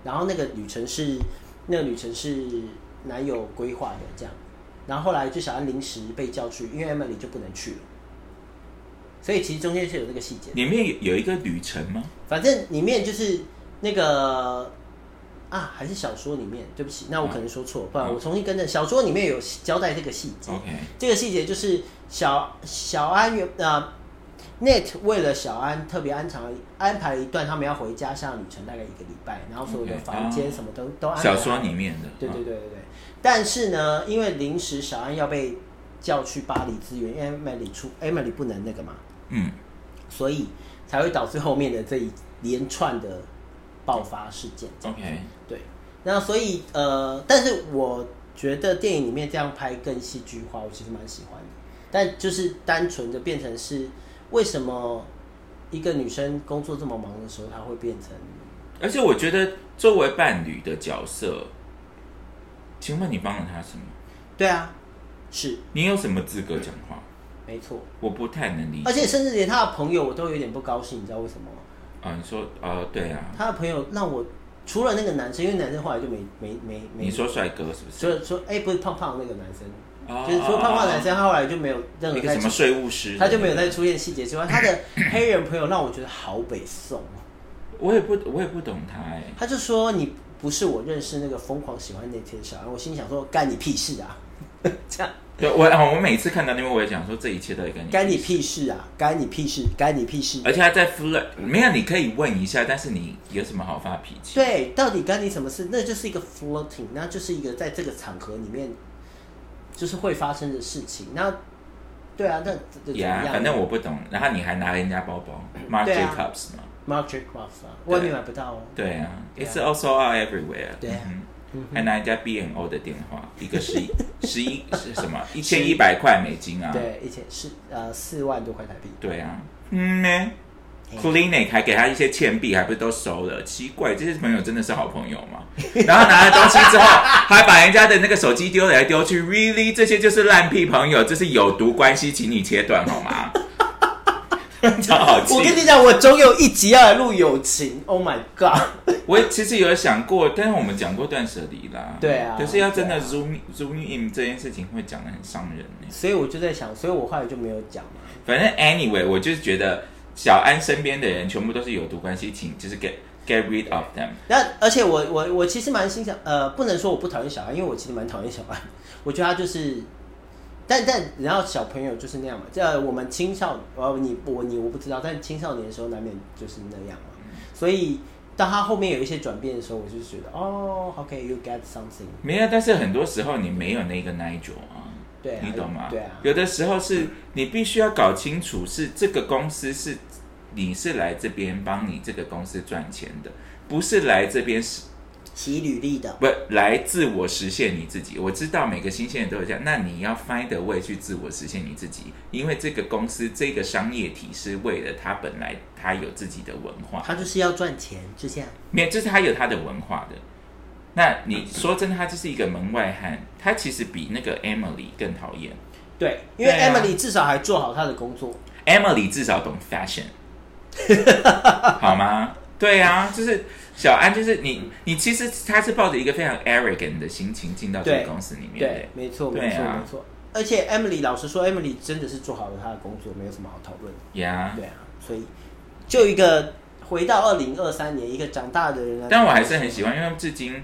B: 然后那个旅程是那个旅程是男友规划的这样，然后后来就小安临时被叫去，因为 Emily 就不能去了，所以其实中间是有这个细节的。
A: 里面有有一个旅程吗？
B: 反正里面就是那个啊，还是小说里面，对不起，那我可能说错，不然我重新更正。小说里面有交代这个细节
A: 嗯 OK
B: 这个细节就是小小安原呃，Net 为了小安特别安排安排了一段他们要回家乡的旅程，大概一个礼拜，然后所有的
A: OK，
B: 房间
A: 啊
B: 什么都、都安排
A: 小
B: 好。
A: 说里面的，
B: 哦对对
A: 嗯
B: 对对对。但是呢，因为临时小安要被叫去巴黎支援，因为 Emily 出 Emily 不能那个嘛，
A: 嗯，
B: 所以才会导致后面的这一连串的爆发事件。
A: ，OK，
B: 对，那所以呃，但是我觉得电影里面这样拍更戏剧化，我其实蛮喜欢的。但就是单纯的变成是为什么一个女生工作这么忙的时候，她会变成
A: 而且我觉得作为伴侣的角色，请问你帮了他什么？
B: 对啊，是
A: 你有什么资格讲话？
B: 没错。
A: 我不太能理解。
B: 而且甚至连她的朋友我都有点不高兴，你知道为什么吗？
A: 啊，你说哦，对啊，
B: 她的朋友让我除了那个男生，因为男生后来就没没没没
A: 你说帅哥是不
B: 所
A: 是？
B: 以说，哎、不是胖胖的那个男生，
A: 哦
B: 就是说胖胖的男生，他后来就没有任何
A: 那个
B: 再
A: 什么
B: 出，
A: 税务师，
B: 他就没有再。出现细节之外，他的 [coughs] 黑人朋友让我觉得好北宋哦，
A: 我也不，我也不懂他哎、
B: 他就说你不是我认识那个疯狂喜欢那天小孩，我心里想说干你屁事啊， [laughs] 这样
A: 对我，哦我每次看到那边，我也讲说这一切都得跟你
B: 干你屁事啊，干你屁事，干你屁事，
A: 而且他在 flirt，没有，你可以问一下，但是你有什么好发脾气？
B: 对，到底干你什么事？那就是一个 flirting，那就是一个在这个场合里面就是会发生的事情。那对啊，那这怎么
A: 呀，
B: 样？
A: 反正我不懂。然后你还拿了人家包包，Marc
B: 对啊
A: Jacobs 嘛？
B: Marc Jacobs 啊，外面买不到哦。
A: 对啊
B: 对啊
A: ，It's also out everywhere。
B: 对啊
A: 嗯哼，还拿人家 B N O 的电话，一个
B: [laughs]
A: 十一十一是什么？一千一百块美金啊？
B: 对，一千是呃四万多块台币。
A: 对啊，嗯呢
B: 嘿
A: ，Clinic 还给他一些欠币，还不是都收了？奇怪，这些朋友真的是好朋友吗？ [laughs] 然后拿了东西之后，还把人家的那个手机丢来丢去，Really，这些就是烂屁朋友，这是有毒关系，请你切断好吗？ [laughs] 超好气！
B: 我跟你讲，我总有一集要来录友情。Oh my god！
A: 我其实有想过，但是我们讲过断舍离啦，
B: 对啊
A: 可是要真的
B: 对啊
A: zoom、zoom in 这件事情会讲的很伤人呢。
B: 所以我就在想，所以我后来就没有讲嘛。
A: 反正 anyway，我就是觉得小安身边的人全部都是有毒关系，请就是 get get rid of them。
B: 那而且我我我其实蛮欣赏，呃，不能说我不讨厌小安，因为我其实蛮讨厌小安。 [laughs] 我觉得他就是，但但然后小朋友就是那样嘛。这我们青少呃你我你我不知道，但青少年的时候难免就是那样嘛。所以到他后面有一些转变的时候，我就觉得哦，OK，you、get something。
A: 没有，但是很多时候你没有那个 Nigel 啊，
B: 对啊
A: 你懂吗？
B: 对啊
A: 有的时候是你必须要搞清楚，是这个公司是你是来这边帮你这个公司赚钱的，不是来这边是
B: 洗履历的，
A: 不来自我实现你自己。我知道每个新鲜人都有这样，那你要 find a way 去自我实现你自己，因为这个公司这个商业体是为了它本来它有自己的文化，
B: 他就是要赚钱，就这样。
A: 没有，就是它有它的文化的。那你说真的，他就是一个门外汉，他其实比那个 Emily 更讨厌。
B: 对，因为
A: 对啊
B: Emily 至少还做好她的工作。
A: Emily 至少懂
B: [laughs]
A: fashion，好吗？对啊，就是小安，就是你，你其实他是抱着一个非常 arrogant 的心情进到这
B: 对
A: 个公司里面
B: 对，
A: 的。
B: 没错，
A: 对
B: 没错，
A: 啊
B: 没错。而且 Emily 老实说，Emily 真的是做好了她的工作，没有什么好讨论的。
A: 呀
B: 对啊，所以就一个回到二零二三年，一个长大的人来，
A: 但我还是很喜欢，因为至今，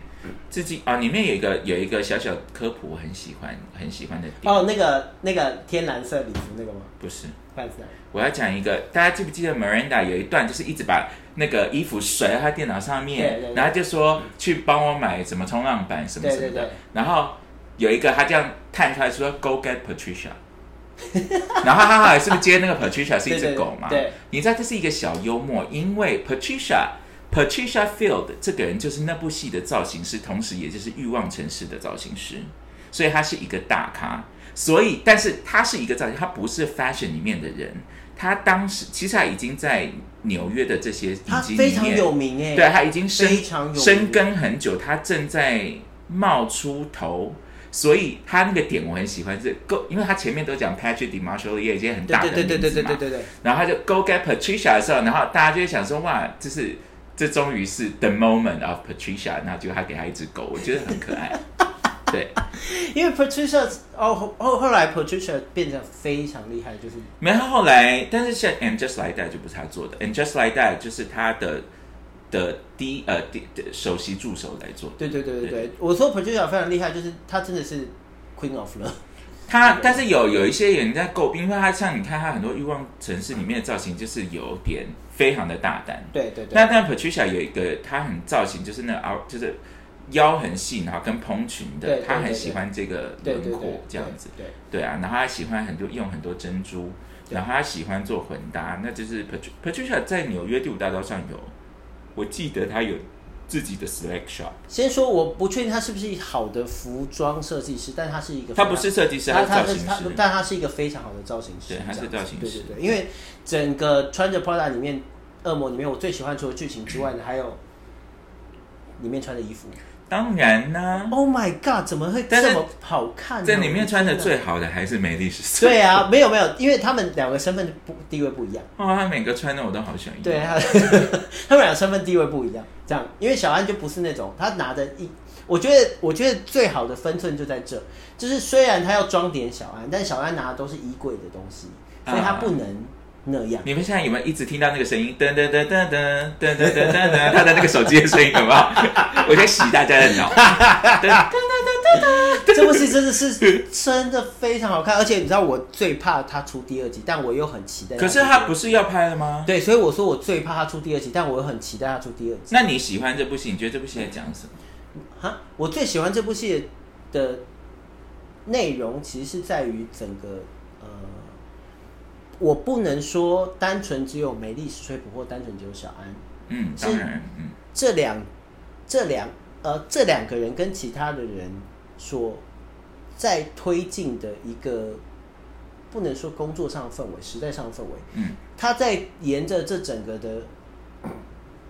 A: 至今啊、里面有一个有一个小小科普，我很喜欢，很喜欢的点。
B: 哦，那个那个天蓝色礼服那个吗？
A: 不是，
B: 范子南
A: 我要讲一个，大家记不记得 Miranda 有一段就是一直把那个衣服甩到他电脑上面，
B: 对对对
A: 然后就说去帮我买什么冲浪板什么什么的，
B: 对对对
A: 然后有一个他这样探出来说 Go get
B: [laughs]
A: Patricia，然后他后来是不是接那个 Patricia 是一只狗嘛？
B: 对对对
A: 你知道这是一个小幽默，因为 Patricia。Patricia Field 这个人就是那部戏的造型师，同时也就是《欲望城市》的造型师，所以他是一个大咖。所以，但是他是一个造型，他不是 fashion 里面的人。他当时其实他已经在纽约的这些
B: 他
A: 影集
B: 非
A: 里
B: 常
A: 面，
B: 有名哎、
A: 对他已经深
B: 非常有名
A: 深耕很久，他正在冒出头。所以他那个点我很喜欢，是 go，因为他前面都讲 Patrick d e m a r s h a l l 一些很
B: 对
A: 大的
B: 对对
A: 名
B: 对
A: 字
B: 对
A: 嘛
B: 对对对，
A: 然后他就 go get Patricia 的时候，然后大家就会想说，哇，这是这终于是 the moment of Patricia，然后就他给他一只狗，我觉得很可
B: [laughs]
A: 爱。对，
B: 因为 Patricia 哦后后后来 Patricia 变得非常厉害，就是
A: 没有他后来，但是像 And Just Like That 就不是他做的，And Just Like That 就是他的的第呃第的首席助手来做的。
B: 对对对
A: 对
B: 对对，我说 Patricia 非常厉害，就是她真的是 Queen of Love。
A: 他但是有有一些人在诟病，因为他像你看他很多欲望城市里面的造型就是有点非常的大胆，
B: 对对
A: 那
B: 对，
A: 但 Patricia 有一个，她很造型就是那个凹，就是腰很细，然后跟蓬裙
B: 对
A: 的
B: 对，
A: 她很喜欢这个
B: 对
A: 轮
B: 对对
A: 廓这样子。
B: 对，对
A: 对啊，然后她喜欢很多用很多珍珠，
B: 对
A: 然后她喜欢做混搭，那就是 Patri- Patricia 在纽约第五大道上有，我记得她有自己的 select shop，
B: 先说我不确定他是不是好的服装设计师，但他是一个非
A: 她
B: 常
A: 不是设计师，她是造
B: 他他
A: 型
B: 是他
A: 师，。
B: 但他是一个非常好的造型师，
A: 对他是
B: 这
A: 造
B: 样子
A: 型师
B: 对对对，因为整个穿着 Prada 里面，恶魔里面我最喜欢除了剧情之外呢，还有里面穿的衣服。
A: 当然呢、
B: Oh my god，怎么会
A: 但是
B: 这么好看呢？
A: 在里面穿的
B: 我
A: 最
B: 天
A: 好的还是美丽十
B: 哪
A: 四。
B: 对啊，没有没有，因为他们两个身份不地位不一样。
A: 哦，她每个穿的我都好喜欢。
B: 对，他，他们俩身份地位不一样，这样，因为小安就不是那种他拿着一，我觉得我觉得最好的分寸就在这，就是虽然他要装点小安，但小安拿的都是衣柜的东西，所
A: 啊
B: 以他不能那
A: [laughs]
B: 样。
A: 你们现在有没有一直听到那个声音？噔噔噔噔噔噔噔噔噔噔， [laughs] 他的那个手机的声音有没 [laughs] 有？我在洗大家的脑。
B: 这部戏真的是真的非常好看，而且你知道我最怕他出第二集，但我又很期待。
A: 可是他不是要拍了吗？
B: 对，所以我说我最怕他出第二集，但我又很期待他出第二集。
A: 那你喜欢这部戏？你觉得这部戏在讲什么？
B: 哈，我最喜欢这部戏的内容，其实是在于整个呃我不能说单纯只有美丽史翠普或单纯只有小安
A: 嗯，
B: 是
A: 当然，嗯，
B: 这两这两呃这两个人跟其他的人所在推进的一个，不能说工作上的氛围，时代上的氛围，
A: 嗯，
B: 他在沿着这整个的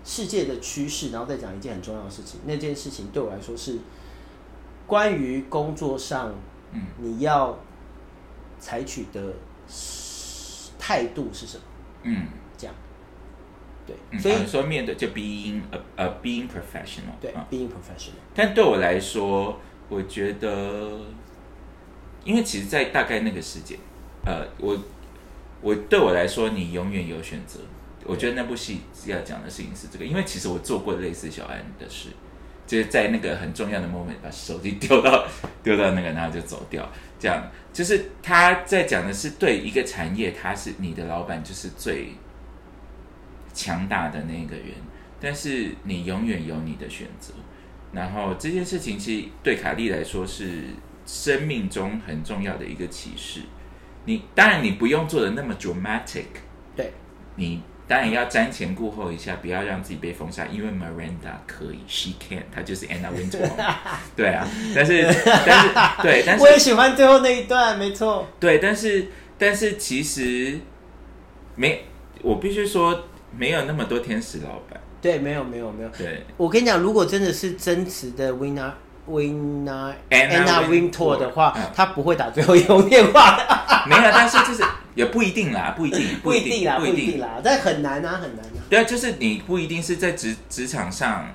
B: 世界的趋势，然后再讲一件很重要的事情。那件事情对我来说是关于工作上，
A: 嗯，
B: 你要采取的是态度是什么？
A: 嗯，
B: 这样，对，
A: 嗯
B: 所以、
A: 啊说面对就 being a a being professional，
B: 对、
A: 啊
B: b e i n g professional，
A: 但对我来说，我觉得，因为其实，在大概那个时间，呃，我我对我来说，你永远有选择。我觉得那部戏要讲的事情是这个，因为其实我做过类似小安的事，就是在那个很重要的 moment 把手机丢到 [laughs] 丢到那个，然后就走掉。这样就是他在讲的是对一个产业，他是你的老板，就是最强大的那个人，但是你永远有你的选择。然后这件事情其实对卡莉来说是生命中很重要的一个启示。你当然你不用做的那么 dramatic，
B: 对，
A: 你当然要瞻前顾后一下，不要让自己被封杀，因为 Miranda 可以，she can，她就是 Anna
B: [laughs]
A: Wintour，嘛对啊，但是但是对，但是
B: 我也喜欢最后那一段，没错，
A: 对，但是但是其实没，我必须说没有那么多天使老板，
B: 对，没有没有没有，
A: 对，
B: 我跟你讲，如果真的是真实的 Winner Winner
A: Anna Wintour，
B: Wintour 的话
A: 嗯，
B: 他不会打最后一通 [laughs] 电话的， [laughs]
A: 没有，但是就是也不一定啦，不一定，
B: 不一定啦，
A: 不
B: 不
A: 一
B: 一
A: 定
B: 定。啦，但很难啊，很难啊。
A: 对啊，就是你不一定是在职职场上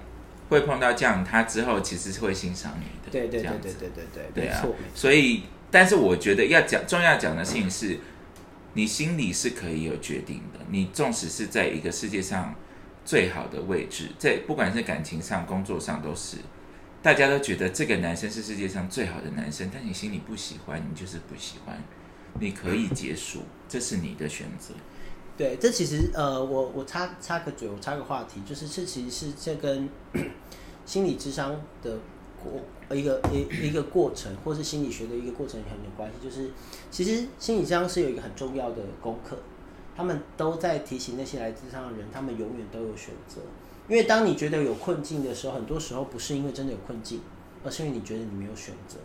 A: 会碰到这样，他之后其实是会欣赏你的。
B: 对对
A: 这
B: 对
A: 样
B: 对
A: 子
B: 对对对，
A: 对
B: 没
A: 啊
B: 错。。
A: 所以，但是我觉得要讲重要讲的事情是，你心里是可以有决定的。你纵使是在一个世界上最好的位置，在不管是感情上、工作上都是。大家都觉得这个男生是世界上最好的男生，但你心里不喜欢，你就是不喜欢，你可以结束，这是你的选择。
B: 对，这其实呃，我我插插个嘴，我插个话题，就是这其实是这跟 [clears throat] 心理智商的过一个一一个过程，或是心理学的一个过程很有关系。就是其实心理智商是有一个很重要的功课，他们都在提醒那些来智商的人，他们永远都有选择。因为当你觉得有困境的时候，很多时候不是因为真的有困境，而是因为你觉得你没有选择。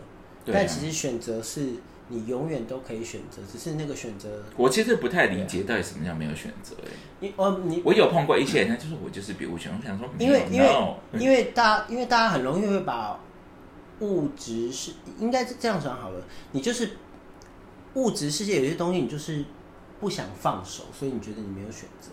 A: 对啊
B: 但其实选择是你永远都可以选择，只是那个选择，
A: 我其实不太理
B: 啊
A: 解到底什么叫没有选择、欸。
B: 你哦你
A: 我有碰过一些人，他就是我就是别无选，我想说没
B: 因
A: 有
B: 为因为
A: no
B: 因为大因为大家很容易会把物质是应该是这样想好了，你就是物质世界有些东西你就是不想放手，所以你觉得你没有选择，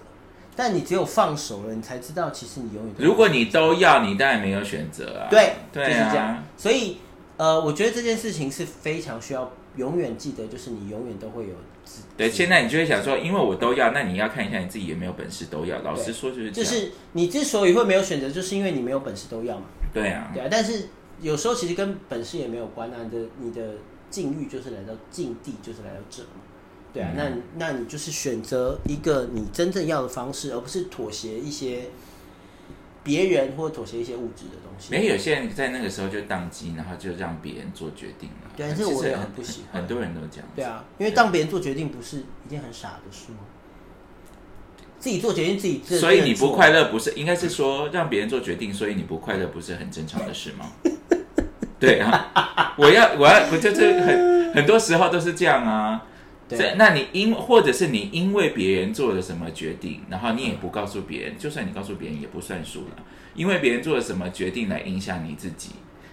B: 但你只有放手了，你才知道其实你永远都
A: 如果你都要，你当然没有选择啊。
B: 对
A: 对
B: 就是这
A: 啊
B: 样，，所以呃，我觉得这件事情是非常需要永远记得，就是你永远都会有自
A: 对。现在你就会想说，因为我都要，那你要看一下你自己有没有本事都要。老实
B: 对
A: 说就是这
B: 就
A: 样，
B: 是你之所以会没有选择，就是因为你没有本事都要嘛。
A: 对啊，
B: 对啊，但是有时候其实跟本事也没有关啊，你的你的境遇就是来到境地，就是来到这嘛。对啊，
A: 嗯
B: 那那你就是选择一个你真正要的方式，而不是妥协一些别人或妥协一些物质的东西。
A: 没有有些人在那个时候就宕机，然后就让别人做决定了。
B: 对
A: 其
B: 这
A: 实
B: 我也
A: 很
B: 很不喜欢
A: 很多人都这样。
B: 对，啊，因为当别人做决定不是一件很傻的事吗？自己做决定自己自，
A: 所以你
B: 自己
A: 不
B: 做
A: 快乐不是应该是说让别人做决定，所以你不快乐不是很正常的事
B: [laughs]
A: 吗？对啊，我要我要不就是很很多时候都是这样啊。
B: 对
A: 这那你因或者是你因为别人做了什么决定，然后你也不告诉别人，就算你告诉别人也不算数了，因为别人做了什么决定来影响你自己，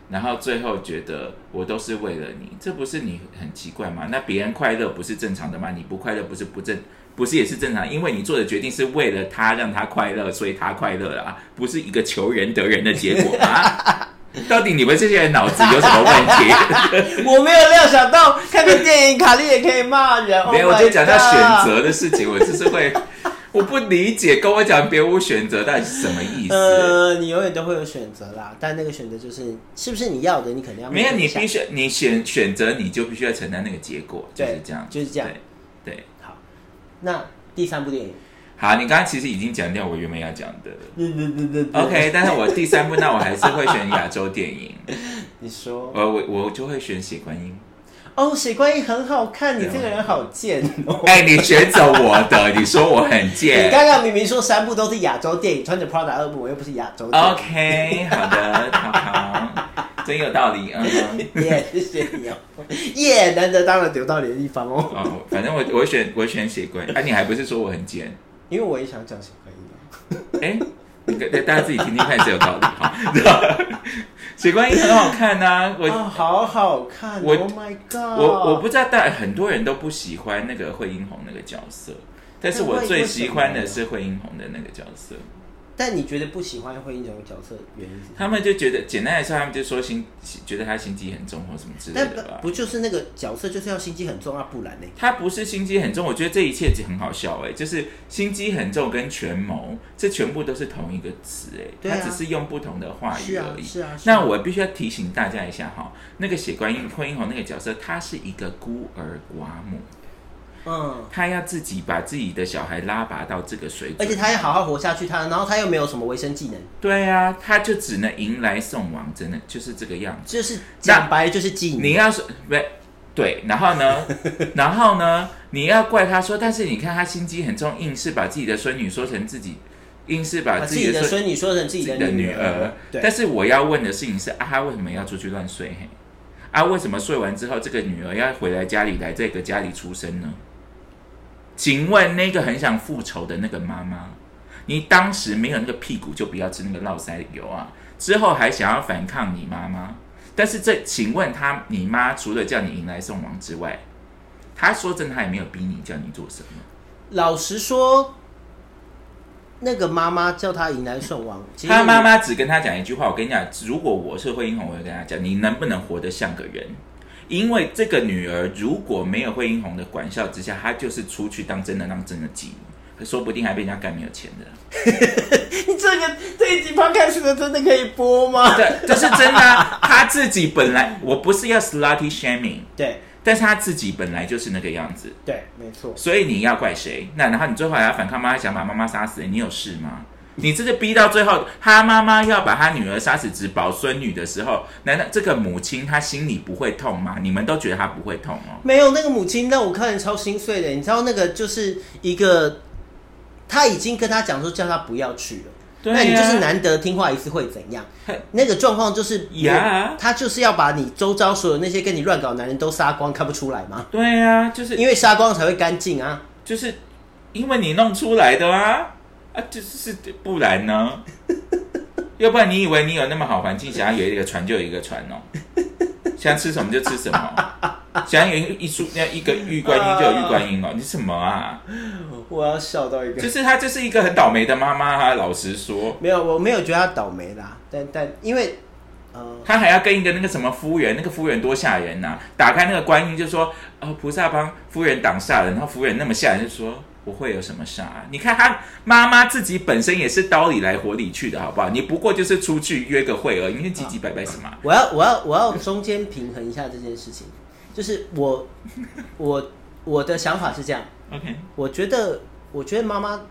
A: 然后最后觉得我都是为了你，这不是你很奇怪吗？那别人快乐不是正常的吗？你不快乐不是不正，不是也是正常？因为你做的决定是为了他让他快乐，所以他快乐啊，不是一个求人得人的结果吗？到底你们这些人脑子有什么问题？
B: 我没有料想到看个电影，卡莉也可以骂人。
A: 没有，
B: Oh
A: 我
B: my
A: 就讲到选
B: God
A: 择的事情，我就是会， [laughs] 我不理解，跟我讲别无选择到底是什么意思？
B: 呃，你永远都会有选择啦，但那个选择就是是不是你要的，你肯定要
A: 没有，你
B: 想
A: 必须你选选择，你就必须要承担那个结果，就
B: 对
A: 是这样，
B: 就是这样
A: 对。对，
B: 好。那第三部电影，
A: 好，你刚刚其实已经讲掉我原本要讲
B: [laughs]
A: 的
B: 嗯嗯嗯嗯
A: ，OK，但是我第三部，那我还是会选亚洲电影， [laughs]
B: 你说
A: 我我我就会选《血观音》，
B: 哦，水观音很好看，你这个人好贱哦。
A: 哎，你选走我的，你说我很
B: 你
A: 贱。
B: 刚刚明明说三部都是亚洲电影，穿着 Prada 恶魔，我又不是亚洲电影。
A: 哦 OK，好的，好好，真有道理，嗯。
B: 耶，谢谢你哦，耶，难得当了留到你的地方哦，
A: 哦，反正我我选我选血鬼，啊，你还不是说我很贱？
B: 因为我也想讲水观音啊。
A: 哎，那个大家自己听听看是有道理哈。 [laughs] 血观音很好看呐、我、
B: 啊，好好看
A: 我
B: ，Oh my god！
A: 我我不知道，但很多人都不喜欢那个惠英红那个角色，但是我最喜欢的是惠英红的那个角色。
B: 但你觉得不喜欢惠英这种角色的原因是什么？
A: 他们就觉得简单来说，他们就说心觉得他心机很重或什么之类
B: 但
A: 的吧
B: 不。不就是那个角色就是要心机很重啊，不然呢？
A: 他不是心机很重，我觉得这一切很好笑哎、就是心机很重跟权谋，这全部都是同一个词哎、
B: 对啊
A: 他只是用不同的话
B: 是
A: 语
B: 啊
A: 而已。
B: 是啊是啊
A: 那我必须要提醒大家一下哈，那个血观音惠英红那个角色，她是一个孤儿寡母，
B: 嗯，
A: 她要自己把自己的小孩拉拔到这个水准，
B: 而且他要好好活下去，他然后他又没有什么维生技能，
A: 对啊，她就只能迎来送往，真的就是这个样子。
B: 就是讲白了就是妓
A: 你
B: 女。
A: 要说不对，然后呢，然后呢，你要怪他说，但是你看他心机很重，硬是把自己的孙女说成自己，硬是把
B: 把自
A: 自
B: 己
A: 己
B: 的
A: 的孙
B: 孙女说成自
A: 自
B: 己
A: 己
B: 的
A: 的女
B: 儿
A: 儿，。
B: 对
A: 但，是我要问的事情是，啊，他为什么要出去乱睡？嘿，啊，为什么睡完之后，这个女儿要回来家里来这个家里出生呢？请问那个很想复仇的那个妈妈，你当时没有那个屁股，就不要吃那个烙塞油啊！之后还想要反抗你妈妈，但是这，请问他，你妈除了叫你迎来送往之外，她说真的，她也没有逼你叫你做什么。
B: 老实说，那个妈妈叫他迎来送往，其实
A: 他妈妈只跟他讲一句话，我跟你讲，如果我是惠英红，我会跟他讲，你能不能活得像个人？因为这个女儿如果没有惠英红的管教之下，她就是出去当真的当真的妓女，说不定还被人家干没有钱的。
B: 你 [laughs] 这个这一集 podcast 的真的可以播吗？
A: 对，这是真的啊、她自己本来我不是要 slutty shaming，
B: 对
A: 但是她自己本来就是那个样子，
B: 对，没错。
A: 所以你要怪谁？那然后你最后还要反抗妈妈，想把妈妈杀死，你有事吗？你这个逼到最后，他妈妈要把他女儿杀死，只保孙女的时候，难道这个母亲她心里不会痛吗？你们都觉得她不会痛哦？
B: 没有那个母亲让我看人超心碎的，你知道那个就是一个，他已经跟他讲说叫他不要去了。
A: 对啊
B: 那你
A: 呀
B: 就是难得听话一次会怎样？那个状况就是，
A: 呀
B: 他就是要把你周遭所有那些跟你乱搞的男人都杀光，看不出来吗？
A: 对呀、就是
B: 因为杀光才会干净啊！
A: 就是因为你弄出来的啊啊，就是是不然呢？要不然你以为你有那么好环境，想要有一个船就有一个船哦，想吃什么就吃什么，想要有一一束那一个玉观音就有玉观音哦，你什么啊？
B: 我要笑到一个，
A: 就是她就是一个很倒霉的妈妈哈、老实说，
B: 没有，我没有觉得他倒霉啦，但但因为，呃，
A: 她还要跟一个那个什么服务员，那个服务员多吓人呐、打开那个观音就说，哦，菩萨帮夫人挡煞了，然后服务员那么吓人就说。不会有什么煞、啊你看她妈妈自己本身也是刀里来火里去的，好不好？你不过就是出去约个会而已，你唧唧拜拜什么啊？
B: 我要我要我要中间平衡一下这件事情，就是我 [laughs] 我我的想法是这样，
A: OK，
B: 我觉得，我觉得妈妈，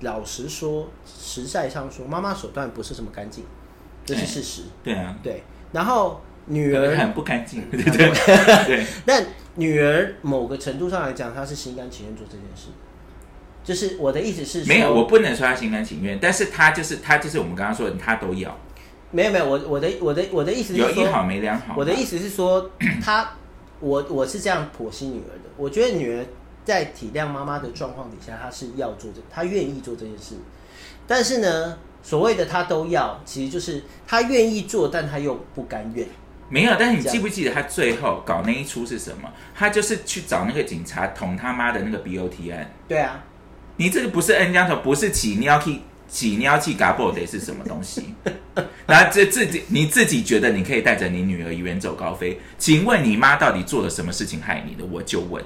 B: 老实说，实在上说，妈妈手段不是什么干净，这是事实。
A: 对啊，
B: 对，然后女儿，
A: 很不干净，对对对对，
B: 但女儿某个程度上来讲，她是心甘情愿做这件事。就是我的意思是说，
A: 没有，我不能说她心甘情愿，但是她就是她就是我们刚刚说的，她都要
B: 没有没有，我我的我的我的意思是
A: 有
B: 说，
A: 一好没两好嘛。
B: 我的意思是说，她，我我是这样剖析女儿的。我觉得女儿在体谅妈妈的状况底下，她是要做这，她愿意做这件事。但是呢，所谓的她都要，其实就是她愿意做，但她又不甘愿。
A: 没有，但是你记不记得他最后搞那一出是什么？他就是去找那个警察捅他妈的那个 BOT 案。
B: 对啊，
A: 你这个不是恩江头，不是起尿气起尿气嘎布得是什么东西？然后这自己你自己觉得你可以带着你女儿远走高飞，请问你妈到底做了什么事情害你的？我就问。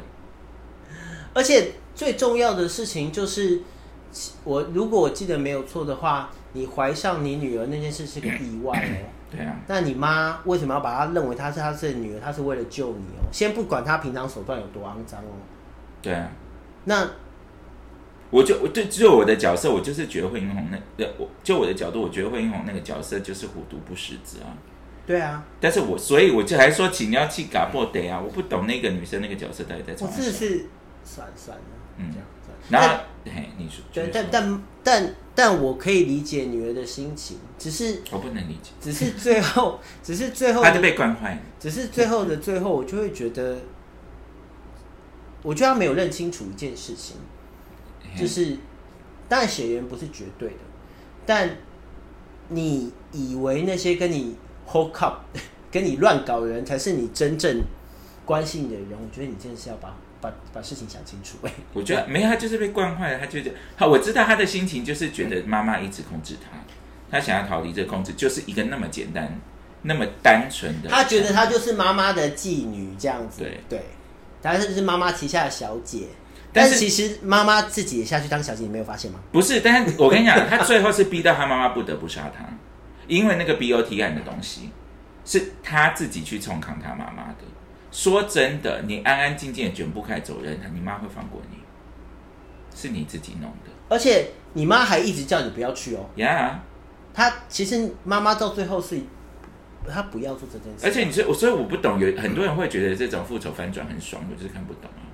B: 而且最重要的事情就是，我如果我记得没有错的话，你怀上你女儿那件事是个意外哦。
A: [clears throat] 对啊，
B: 那你妈为什么要把她认为她是她是女儿？她是为了救你哦。先不管她平常手段有多肮脏哦，
A: 对啊。
B: 那
A: 我就我对就我的角色，我就是觉得惠英红那呃，我就我的角度，我觉得惠英红那个角色就是虎毒不食子啊。
B: 对啊，
A: 但是我所以我就还说，请你要去嘎布得啊！我不懂那个女生那个角色到底在
B: 我
A: 唱
B: 真的
A: 什么。
B: 是算了算了，
A: 嗯
B: 这样算了。
A: 然
B: 但
A: 后，嘿，你说，
B: 对，
A: 你
B: 但
A: 说
B: 但但但我可以理解女儿的心情，只是
A: 我不能理解，
B: 只是最后， [laughs] 只是最后
A: 他就
B: 的，
A: 被惯坏了。
B: 只是最后的最后，我就会觉得，我觉得他没有认清楚一件事情，
A: 嘿
B: 就是当然血缘不是绝对的，但你以为那些跟你 hook up、跟 [laughs] 你乱搞的人才是你真正关心你的人，我觉得你真的是要把把把事情想清楚、哎，
A: 我觉得没有，他就是被惯坏了，他就觉得好，我知道他的心情就是觉得妈妈一直控制他，他想要逃离这个控制，就是一个那么简单、那么单纯的。
B: 他觉得他就是妈妈的妓女这样子，
A: 对
B: 对，但是就是妈妈旗下的小姐，
A: 但
B: 但
A: 是
B: 其实妈妈自己也下去当小姐，你没有发现吗？
A: 不是，但是我跟你讲，他最后是逼到他妈妈不得不杀他，因为那个 BOT 案的东西是他自己去冲康他妈妈的。说真的，你安安静静的卷铺盖走人，你妈会放过你？是你自己弄的
B: 而且你妈还一直叫你不要去哦，
A: 呀
B: 她其实妈妈到最后是她不要做这件事，
A: 而且你说，我所以我不懂，有很多人会觉得这种复仇反转很爽，我就是看不懂啊。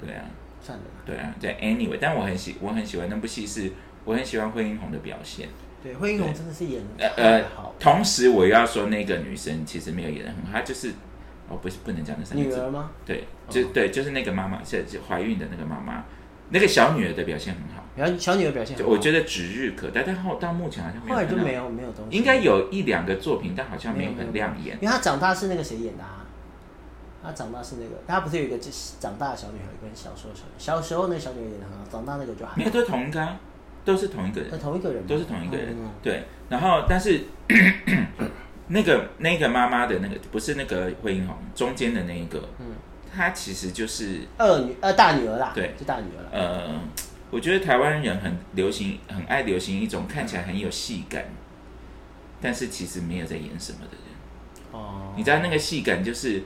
A: 对啊，
B: 算了啦，
A: 对啊，对，anyway，但我很喜我很喜欢那部戏是，我很喜欢惠英红的表现。
B: 对，惠英红真的是演
A: 呃
B: 的
A: 呃
B: 好，，
A: 同时我又要说那个女生其实没有演的很好，她就是哦，不是不能讲那三个
B: 女
A: 字
B: 儿，吗？
A: 对，就、
B: 哦
A: 对，就是那个妈妈是是怀孕的那个妈妈，那个小女儿的表现很好，
B: 然后小女儿表现很
A: 就
B: 好，
A: 我觉得指日可待，但后到目前好像没有，
B: 后来就没，有没有东西，
A: 应该，有一两个作品，但好像没有很亮眼
B: 因。为她长大是那个谁演的啊？她长大是那个，她不是有一个就是长大的小女孩跟小时候的小女小时候那个小女孩演的很好，长大那个就还
A: 没有，都是同一个啊，都是同一个人
B: 那。呃同一个人吗
A: 都是同一个人
B: 嗯嗯，
A: 对。然后，但是 [clears throat] 那个那个妈妈的那个不是那个惠英红，中间的那一个，
B: 嗯
A: 她其实就是
B: 二女呃大女儿啦，
A: 对
B: 就大女儿啦。
A: 呃，我觉得台湾人很流行，很爱流行一种看起来很有戏感，但是其实没有在演什么的人。
B: 哦，
A: 你知道那个戏感就是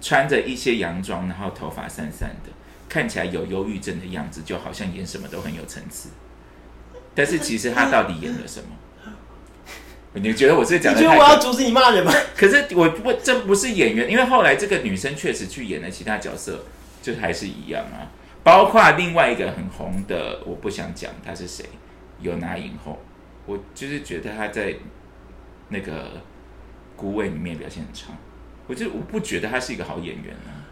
A: 穿着一些洋装，然后头发散散的，看起来有忧郁症的样子，就好像演什么都很有层次，但是其实他到底演了什么？ [laughs] 你觉得我是讲
B: 你
A: 的
B: 觉得
A: 太
B: 我
A: 过
B: 要阻止你骂人吗？ [laughs]
A: 可是我不，这不是演员，因为后来这个女生确实去演了其他角色，就还是一样啊。包括另外一个很红的，我不想讲她是谁，有拿影后，我就是觉得她在那个孤味里面表现很差，我就我不觉得她是一个好演员啊。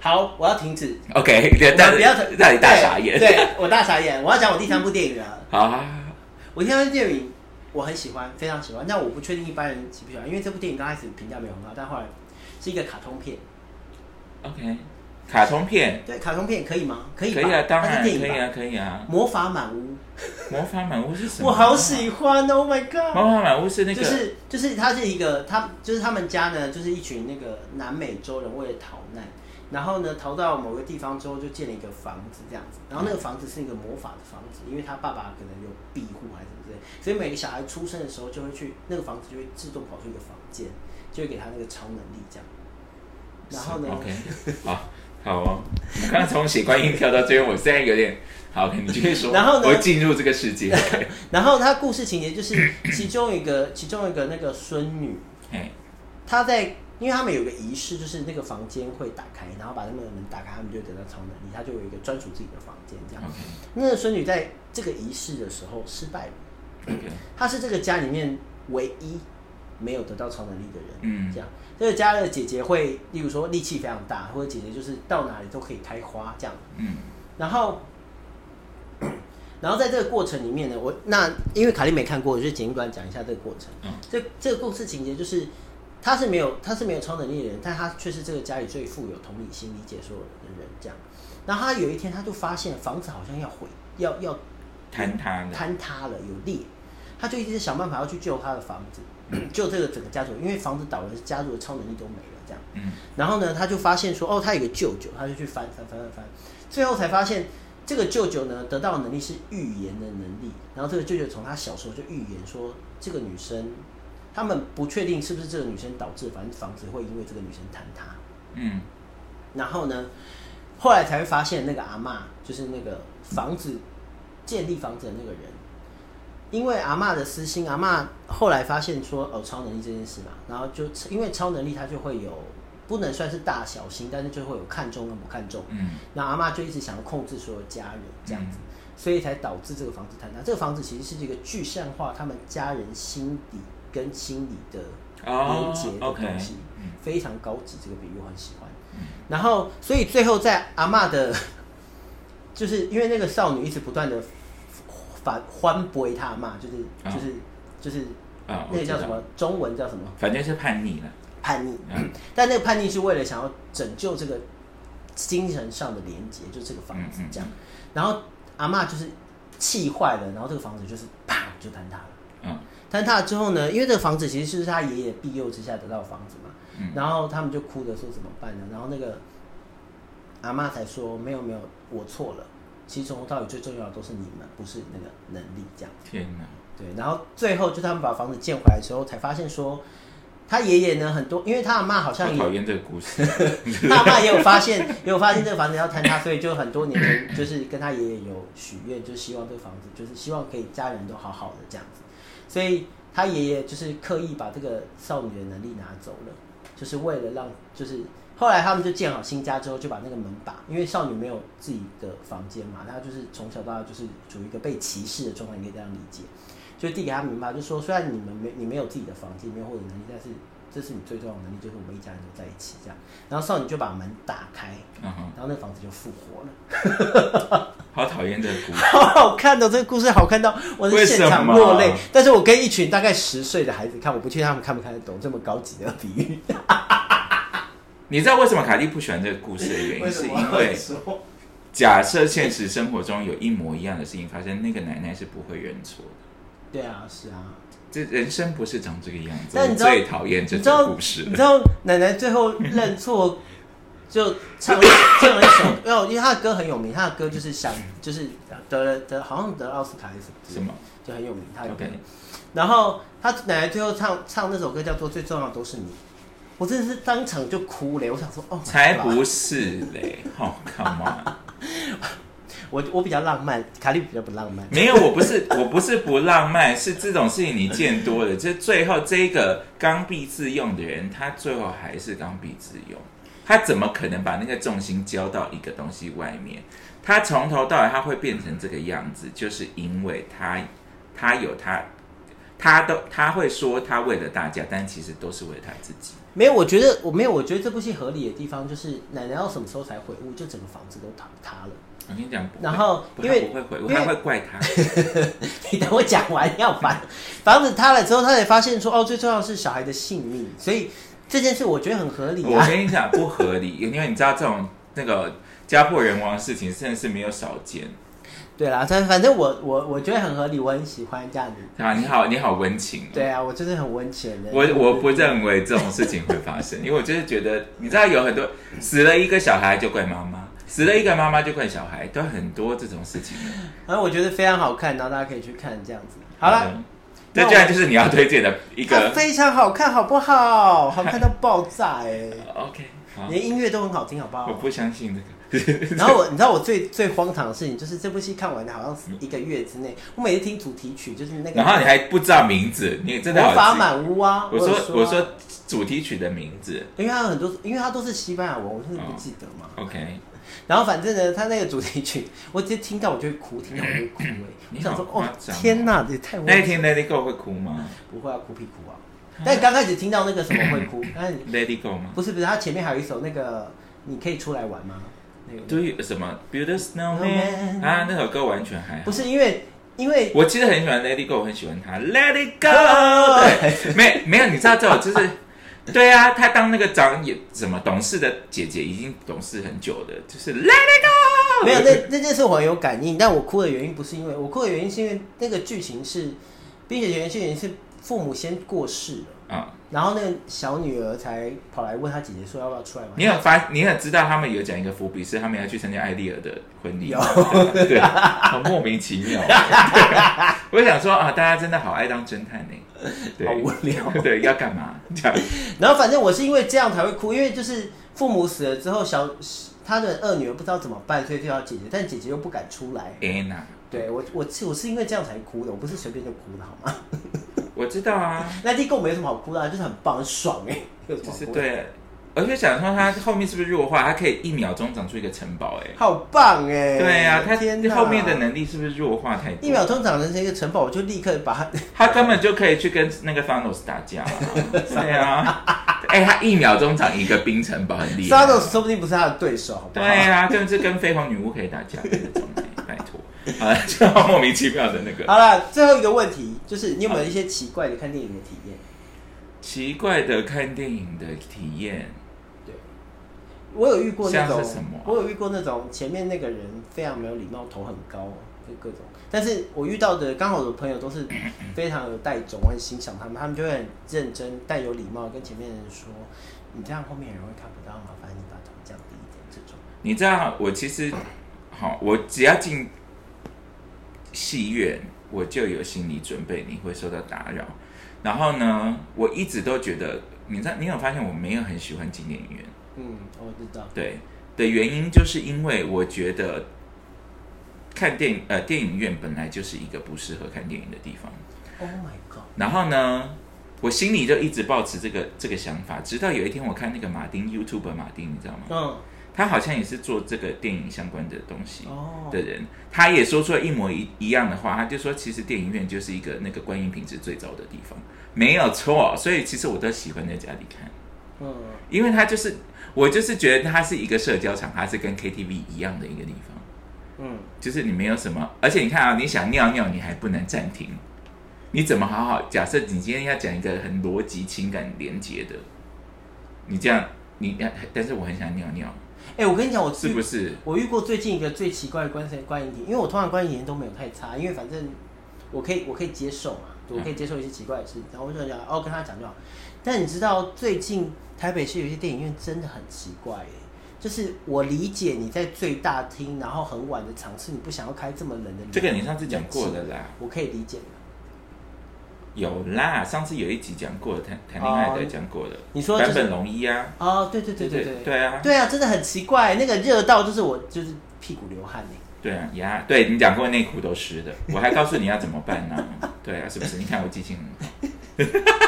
B: 好，我要停止，
A: OK， [laughs]
B: 我
A: 让
B: 们不要停
A: 让你大傻眼，
B: 对，对我大傻眼，我要讲我第三部电影了。
A: 好好，好
B: 啊
A: 好
B: 我第三部电影我很喜欢，非常喜欢，但我不确定一般人喜不喜欢，因为这部电影刚开始评价没有很高，但后来是一个卡通片。
A: OK，卡通片
B: 对，卡通片可以吗？可以吧，
A: 可以啊，当
B: 它
A: 然
B: 是
A: 可
B: 电影
A: 以
B: 吧
A: 啊，可以啊，
B: 魔法满屋，
A: 魔法满屋是什么？啊
B: 我好喜欢，Oh
A: 魔
B: my god！
A: 法满屋是那个，
B: 就是就是，他是一个他就是他们家呢，就是一群那个南美洲人为了逃难，然后呢逃到某个地方之后就建了一个房子这样子，然后那个房子是一个魔法的房子，因为他爸爸可能有庇护还是什么之类，所以每个小孩出生的时候就会去那个房子就会自动跑出一个房间，就会给他那个超能力这样。然后呢
A: o k 好，好哦。我刚刚从血观音跳到这边，我现在有点好，你继续说。
B: [laughs] 然后呢
A: 我进入这个世界。
B: [laughs] 然后他故事情节就是其中一个其中一个那个孙女，
A: 嘿
B: 他在，因为他们有个仪式，就是那个房间会打开，然后把那个门打开，他们就会得到超能力，他就有一个专属自己的房间这样。
A: ，OK，OK，
B: 那个孙女在这个仪式的时候失败了，她是这个家里面唯一没有得到超能力的人。
A: 嗯
B: 这样这个家的姐姐会，例如说力气非常大，或者姐姐就是到哪里都可以开花这样。
A: 嗯，
B: 然后， [coughs] 然后在这个过程里面呢，我那因为卡莉没看过，我就简短讲一下这个过程。
A: 嗯
B: 这这个故事情节就是，他是没有他是没有超能力的人，但他却是这个家里最富有同理心、理解所有人的人这样。然后他有一天他就发现房子好像要毁，要要
A: 坍塌了。
B: 坍塌了，有裂，他就一直想办法要去救他的房子， [coughs] 救这个整个家族，因为房子倒了，家族的超能力都没了这样。
A: 嗯，
B: 然后呢，他就发现说，哦，他有个舅舅，他就去翻翻翻翻翻，最后才发现这个舅舅呢得到的能力是预言的能力。然后这个舅舅从他小时候就预言说，这个女生，他们不确定是不是这个女生导致，反正房子会因为这个女生坍塌。
A: 嗯，
B: 然后呢，后来才会发现那个阿嬷，就是那个房子建立房子的那个人，因为阿嬷的私心，阿嬷后来发现说哦超能力这件事嘛，然后就因为超能力它就会有不能算是大小心，但是就会有看重跟不看重。
A: 嗯
B: 那阿嬷就一直想要控制所有家人这样子，所以才导致这个房子坍塌。这个房子其实是一个具象化他们家人心理跟心理的连
A: 哦
B: 接的
A: ，OK，
B: 东西，
A: 嗯
B: 非常高级。这个比喻我很喜欢。
A: 嗯
B: 然后，所以最后在阿嬷的， [laughs] 就是因为那个少女一直不断的反欢驳她阿嬷，就是
A: 啊
B: 就是就是
A: 啊，
B: 那个叫
A: 我知道
B: 什么？中文叫什么
A: 反正是叛逆了。
B: 叛逆，
A: 嗯
B: 但那个叛逆是为了想要拯救这个精神上的连接，就这个房子
A: 嗯嗯
B: 这样。然后阿嬷就是气坏了，然后这个房子就是啪就坍塌了。
A: 嗯
B: 坍塌之后呢，因为这个房子其实就是他爷爷庇佑之下得到的房子嘛，
A: 嗯
B: 然后他们就哭着说怎么办呢？然后那个阿嬷才说没有没有，我错了。其实从头到尾最重要的都是你们，不是那个能力这样。
A: 天哪！
B: 对，然后最后就他们把房子建回来的时候，才发现说他爷爷呢很多，因为他阿嬷好像
A: 我
B: 也
A: 讨厌这个故事。
B: 他爸也有发现， [laughs] 也有发现这个房子要坍塌，所以就很多年前就是跟他爷爷有许愿，就希望这个房子就是希望可以家人都好好的这样子，所以他爷爷就是刻意把这个少女的能力拿走了，就是为了让就是后来他们就建好新家之后，就把那个门把，因为少女没有自己的房间嘛，她就是从小到大就是处于一个被歧视的状态，你可以这样理解，就递给他明白，就说虽然你们没你没有自己的房间，没有获得能力，但是这是你最重要的能力，就是我们一家人都在一起这样。然后少女就把门打开，
A: 嗯哼，
B: 然后那个房子就复活了，
A: 好讨厌这个故事。
B: [laughs] 好好看的、哦、这个故事好看到我是
A: 为
B: 现
A: 什
B: 场
A: 么
B: 落泪。但是我跟一群大概十岁的孩子看，我不确定他们看不看得懂这么高级的比喻。
A: 你知道为什么卡蒂不喜欢这个故事的原因，是因 [laughs] 为
B: 说
A: 假设现实生活中有一模一样的事情发生，那个奶奶是不会认错的。
B: 对啊，是啊，
A: 这人生不是长这个样子，
B: 但
A: 我
B: 你知道
A: 最讨厌这
B: 你知道
A: 种故事
B: 你知
A: 了。
B: 道奶奶最后认错，就唱了一唱了一首，哦，因为她的歌很有名，她的歌就是想就是得了得好像得了奥斯卡还是什么之类
A: 什
B: 的，
A: 么
B: 就很有名。她的歌
A: ？OK，
B: 然后他奶奶最后唱唱那首歌叫做《最重要的都是你》，我真的是当场就哭了。我想说，哦，
A: 才不是嘞！好、c o m e on。
B: 我我比较浪漫，卡莉比较不浪漫。
A: 没有，我不是， [laughs] 我不是不浪漫，是这种事情你见多了。这最后这个刚愎自用的人，他最后还是刚愎自用。他怎么可能把那个重心交到一个东西外面？他从头到尾他会变成这个样子，就是因为他他有他他都他会说他为了大家，但其实都是为了他自己。
B: 没有，我觉得我没有，我觉得这部戏合理的地方就是奶奶要什么时候才悔悟，就整个房子都塌塌了。 [laughs]
A: 我跟你讲，不会
B: 然后
A: 不
B: 因为
A: 他不会回，
B: 因
A: 我
B: 为
A: 还会怪
B: [laughs]
A: 他。
B: 你等我讲完，要烦。房子塌了之后，他才发现说，哦，最重要的是小孩的性命，所以这件事我觉得很合理
A: 我
B: 啊。
A: 跟你讲不合理，因为你知道这种那个家破人亡的事情，真的是没有少见。
B: 对啦，但反正我我我觉得很合理，我很喜欢这样子。
A: 啊，你好，你好温情、哦。
B: 对啊，我真的很温情的。
A: 我我不认为这种事情会发生，因为我就是觉得，你知道有很多死了一个小孩就怪妈妈，死了一个妈妈就怪小孩，都很多这种事情。
B: 然后我觉得非常好看，然后大家可以去看这样子。好了，
A: 嗯，这居然就是你要推荐的一
B: 它
A: 个。
B: 非常好看，好不好？好看到爆炸哎、
A: OK，好，
B: 连音乐都很好听，好不
A: 我
B: 好？
A: 不相信这个。 [laughs]
B: 然后我，你知道我最最荒唐的事情就是这部戏看完的好像是一个月之内，我每次听主题曲就是那个
A: 然后你还不知道名字，你真的
B: 魔法
A: 好气。
B: 满屋啊，
A: 我
B: 有
A: 说我
B: 啊，
A: 说主题曲的名字
B: 因为它有很多，因为它都是西班牙文，我就是不记得嘛。
A: ，OK，
B: 然后反正呢，它那个主题曲，我直接听到我就会哭，听到我就会哭哎、我
A: 你
B: 想说，
A: 好
B: 哦
A: 夸，张哦
B: 天哪，这也太温
A: 那一
B: 馨
A: 天嗯 Let It Go 会哭吗
B: 不会啊，哭屁哭啊！但刚开始听到那个什么会哭，但是
A: ？Let It Go 吗？
B: 不是不是，它前面还有一首那个你可以出来玩吗？那个
A: Do you 什么 Build a Snowman
B: Snowman
A: 啊？那首歌完全还好
B: 不。是因为因为
A: 我其实很喜欢 Let It Go，我很喜欢他 Let It
B: Oh
A: Go 对。没没有，你知道这种就是，对啊，他当那个长也什么懂事的姐姐，已经懂事很久的，就是 Let It Go。
B: [laughs] 没有那那件事我很有感应，但我哭的原因不是因为我哭的原因是因为那个剧情是《冰雪奇缘》剧情是父母先过世了，
A: 啊、
B: 然后那个小女儿才跑来问她姐姐说要不要出来玩。
A: 你有发，你有知道他们有讲一个伏笔，是他们要去参加艾丽尔的婚礼，
B: 有
A: 对，对好莫名其
B: [laughs]
A: 妙。对我想说啊，大家真的好爱当侦探呢、对，
B: 好无聊
A: [laughs] 对，要干嘛这样？
B: 然后反正我是因为这样才会哭，因为就是父母死了之后，小她的二女儿不知道怎么办，所以就要姐姐，但姐姐又不敢出来。
A: 安娜，
B: 对我我是我是因为这样才哭的，我不是随便就哭的好吗？
A: 我知道啊，
B: 那地跟我没什么好哭的、啊，就是很棒，很爽哎、有什么
A: 就
B: 好
A: 是
B: 哭的
A: 对，我就想说他后面是不是弱化？他可以一秒钟长出一个城堡、哎，
B: 好棒哎、
A: 对呀、他
B: 天哪
A: 后面的能力是不是弱化太
B: 一
A: 多？
B: 秒钟长成一个城堡，我就立刻把它。
A: 他根本就可以去跟那个 Thanos 打架
B: [laughs]
A: 了、对啊，哎、他一秒钟长一个冰城堡，很厉害。
B: Thanos 说不定不是他的对手，好不
A: 对
B: 好？
A: 啊，甚至跟绯红女巫可以打架的那种、哎拜托。啊，就好莫名其妙的那个
B: 好了，最后一个问题就是，你有没有一些奇怪的看电影的体验？
A: 奇怪的看电影的体验，
B: 我有遇过那种
A: 像是什么啊，
B: 我有遇过那种前面那个人非常没有礼貌，头很高，就各种。但是我遇到的刚好我的朋友都是非常有带种，我很欣赏他们，他们就会很认真、带有礼貌，跟前面的人说：“你这样后面人会看不到，麻烦你把头降低一点。”这种
A: 你知道我其实好，我只要进戏院，我就有心理准备你会受到打扰。然后呢，我一直都觉得，你知道，你有发现我没有很喜欢进电影院，
B: 嗯，我知道。
A: 对的原因就是因为我觉得看电影呃电影院本来就是一个不适合看电影的地方。
B: Oh my god！
A: 然后呢，我心里就一直保持这个这个想法，直到有一天我看那个马丁 YouTube 马丁，你知道吗？
B: 嗯，
A: 他好像也是做这个电影相关的东西
B: 哦，
A: 的人，他也说出了一模一一样的话，他就说其实电影院就是一个那个观影品质最糟的地方，没有错。所以其实我都喜欢在家里看，
B: 嗯，
A: 因为他就是我就是觉得它是一个社交场，它是跟 KTV 一样的一个地方。
B: 嗯，
A: 就是你没有什么，而且你看啊，你想尿尿你还不能暂停，你怎么好好？假设你今天要讲一个很逻辑、情感连接的，你这样，你呃但是我很想尿尿，
B: 哎、我跟你讲，我
A: 是
B: 遇
A: 不是？
B: 我遇过最近一个最奇怪的观观影点，因为我通常观影点都没有太差，因为反正我可以我可以接受嘛，我
A: 嗯
B: 可以接受一些奇怪的事，然后我就讲哦跟他讲就好。但你知道最近台北市有一些电影院真的很奇怪耶，就是我理解你在最大厅，然后很晚的场次，你不想要开这么冷的门，
A: 这个你上次讲过的啦，
B: 我可以理解。
A: 有啦，上次有一集讲过谈谈恋爱的讲过的，
B: 哦你说就
A: 版
B: 是
A: 本龙一啊，
B: 哦，对对对对
A: 对
B: 对
A: 对啊
B: 对啊，真的很奇怪，那个热到就是我就是屁股流汗欸耶
A: 对啊呀，对你讲过内裤都湿
B: [laughs]
A: 的，我还告诉你要怎么办呢、对啊，是不是？你看我记性很好。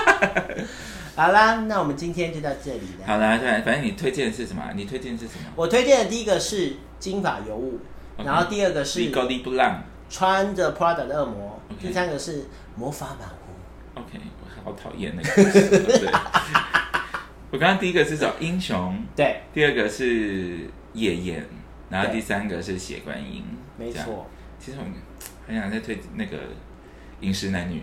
B: 好啦，那我们今天就到这里了。
A: 好啦，对，反正你推荐的是什么？你推荐的是什么？
B: 我推荐的第一个是金发尤物，
A: OK
B: 然后第二个是
A: 利高利布浪。
B: 穿着 Prada 的恶魔
A: OK
B: 第三个是魔法满屋。
A: OK，我好讨厌那个故事。
B: [laughs]
A: 对，我刚刚第一个是找英雄，
B: 对，
A: 第二个是夜宴，然后第
B: 对
A: 三个是血观音。
B: 没
A: 这样。
B: 错。
A: 其实我很想再推那个《饮食男女》，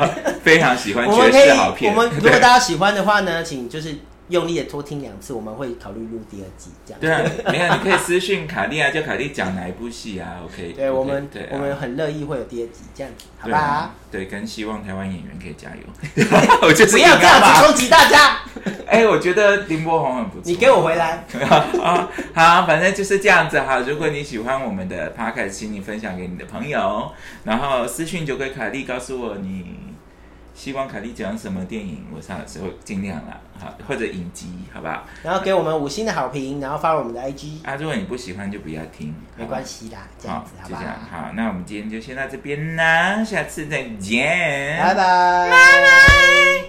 A: [laughs] 非常喜欢
B: 我
A: 爵
B: 们可
A: 士好
B: 以，
A: 片。
B: 我们如果
A: 对
B: 大家喜欢的话呢，请就是用力的多听两次，我们会考虑录第二季这样。
A: 对啊，没有，你可以私讯卡莉啊，叫卡莉讲哪一部戏啊？OK，
B: 对，我们
A: 对啊
B: 我们很乐意会有第二集这样子，好
A: 对
B: 不好
A: 啊？，对，跟希望台湾演员可以加油。 [laughs] 我就是
B: 不要
A: 硬
B: 这样
A: 嘛
B: 子攻击大家，
A: [laughs] 哎、我觉得林柏宏很不错。
B: 你给我回来。
A: [laughs] 啊！好，反正就是这样子哈。如果你喜欢我们的 podcast，请你分享给你的朋友，然后私讯就给凯莉，告诉我你希望凯莉讲什么电影，我上次会尽量啦，好，或者影集，好不好？
B: 然后给我们五星的好评，然后发我们的 IG，
A: 啊，如果你不喜欢就不要听，
B: 没
A: 好吧
B: 关。系啦，这样子好
A: 就这
B: 不好？
A: 样。好，那我们今天就先到这边啦，下次再见，
B: 拜拜。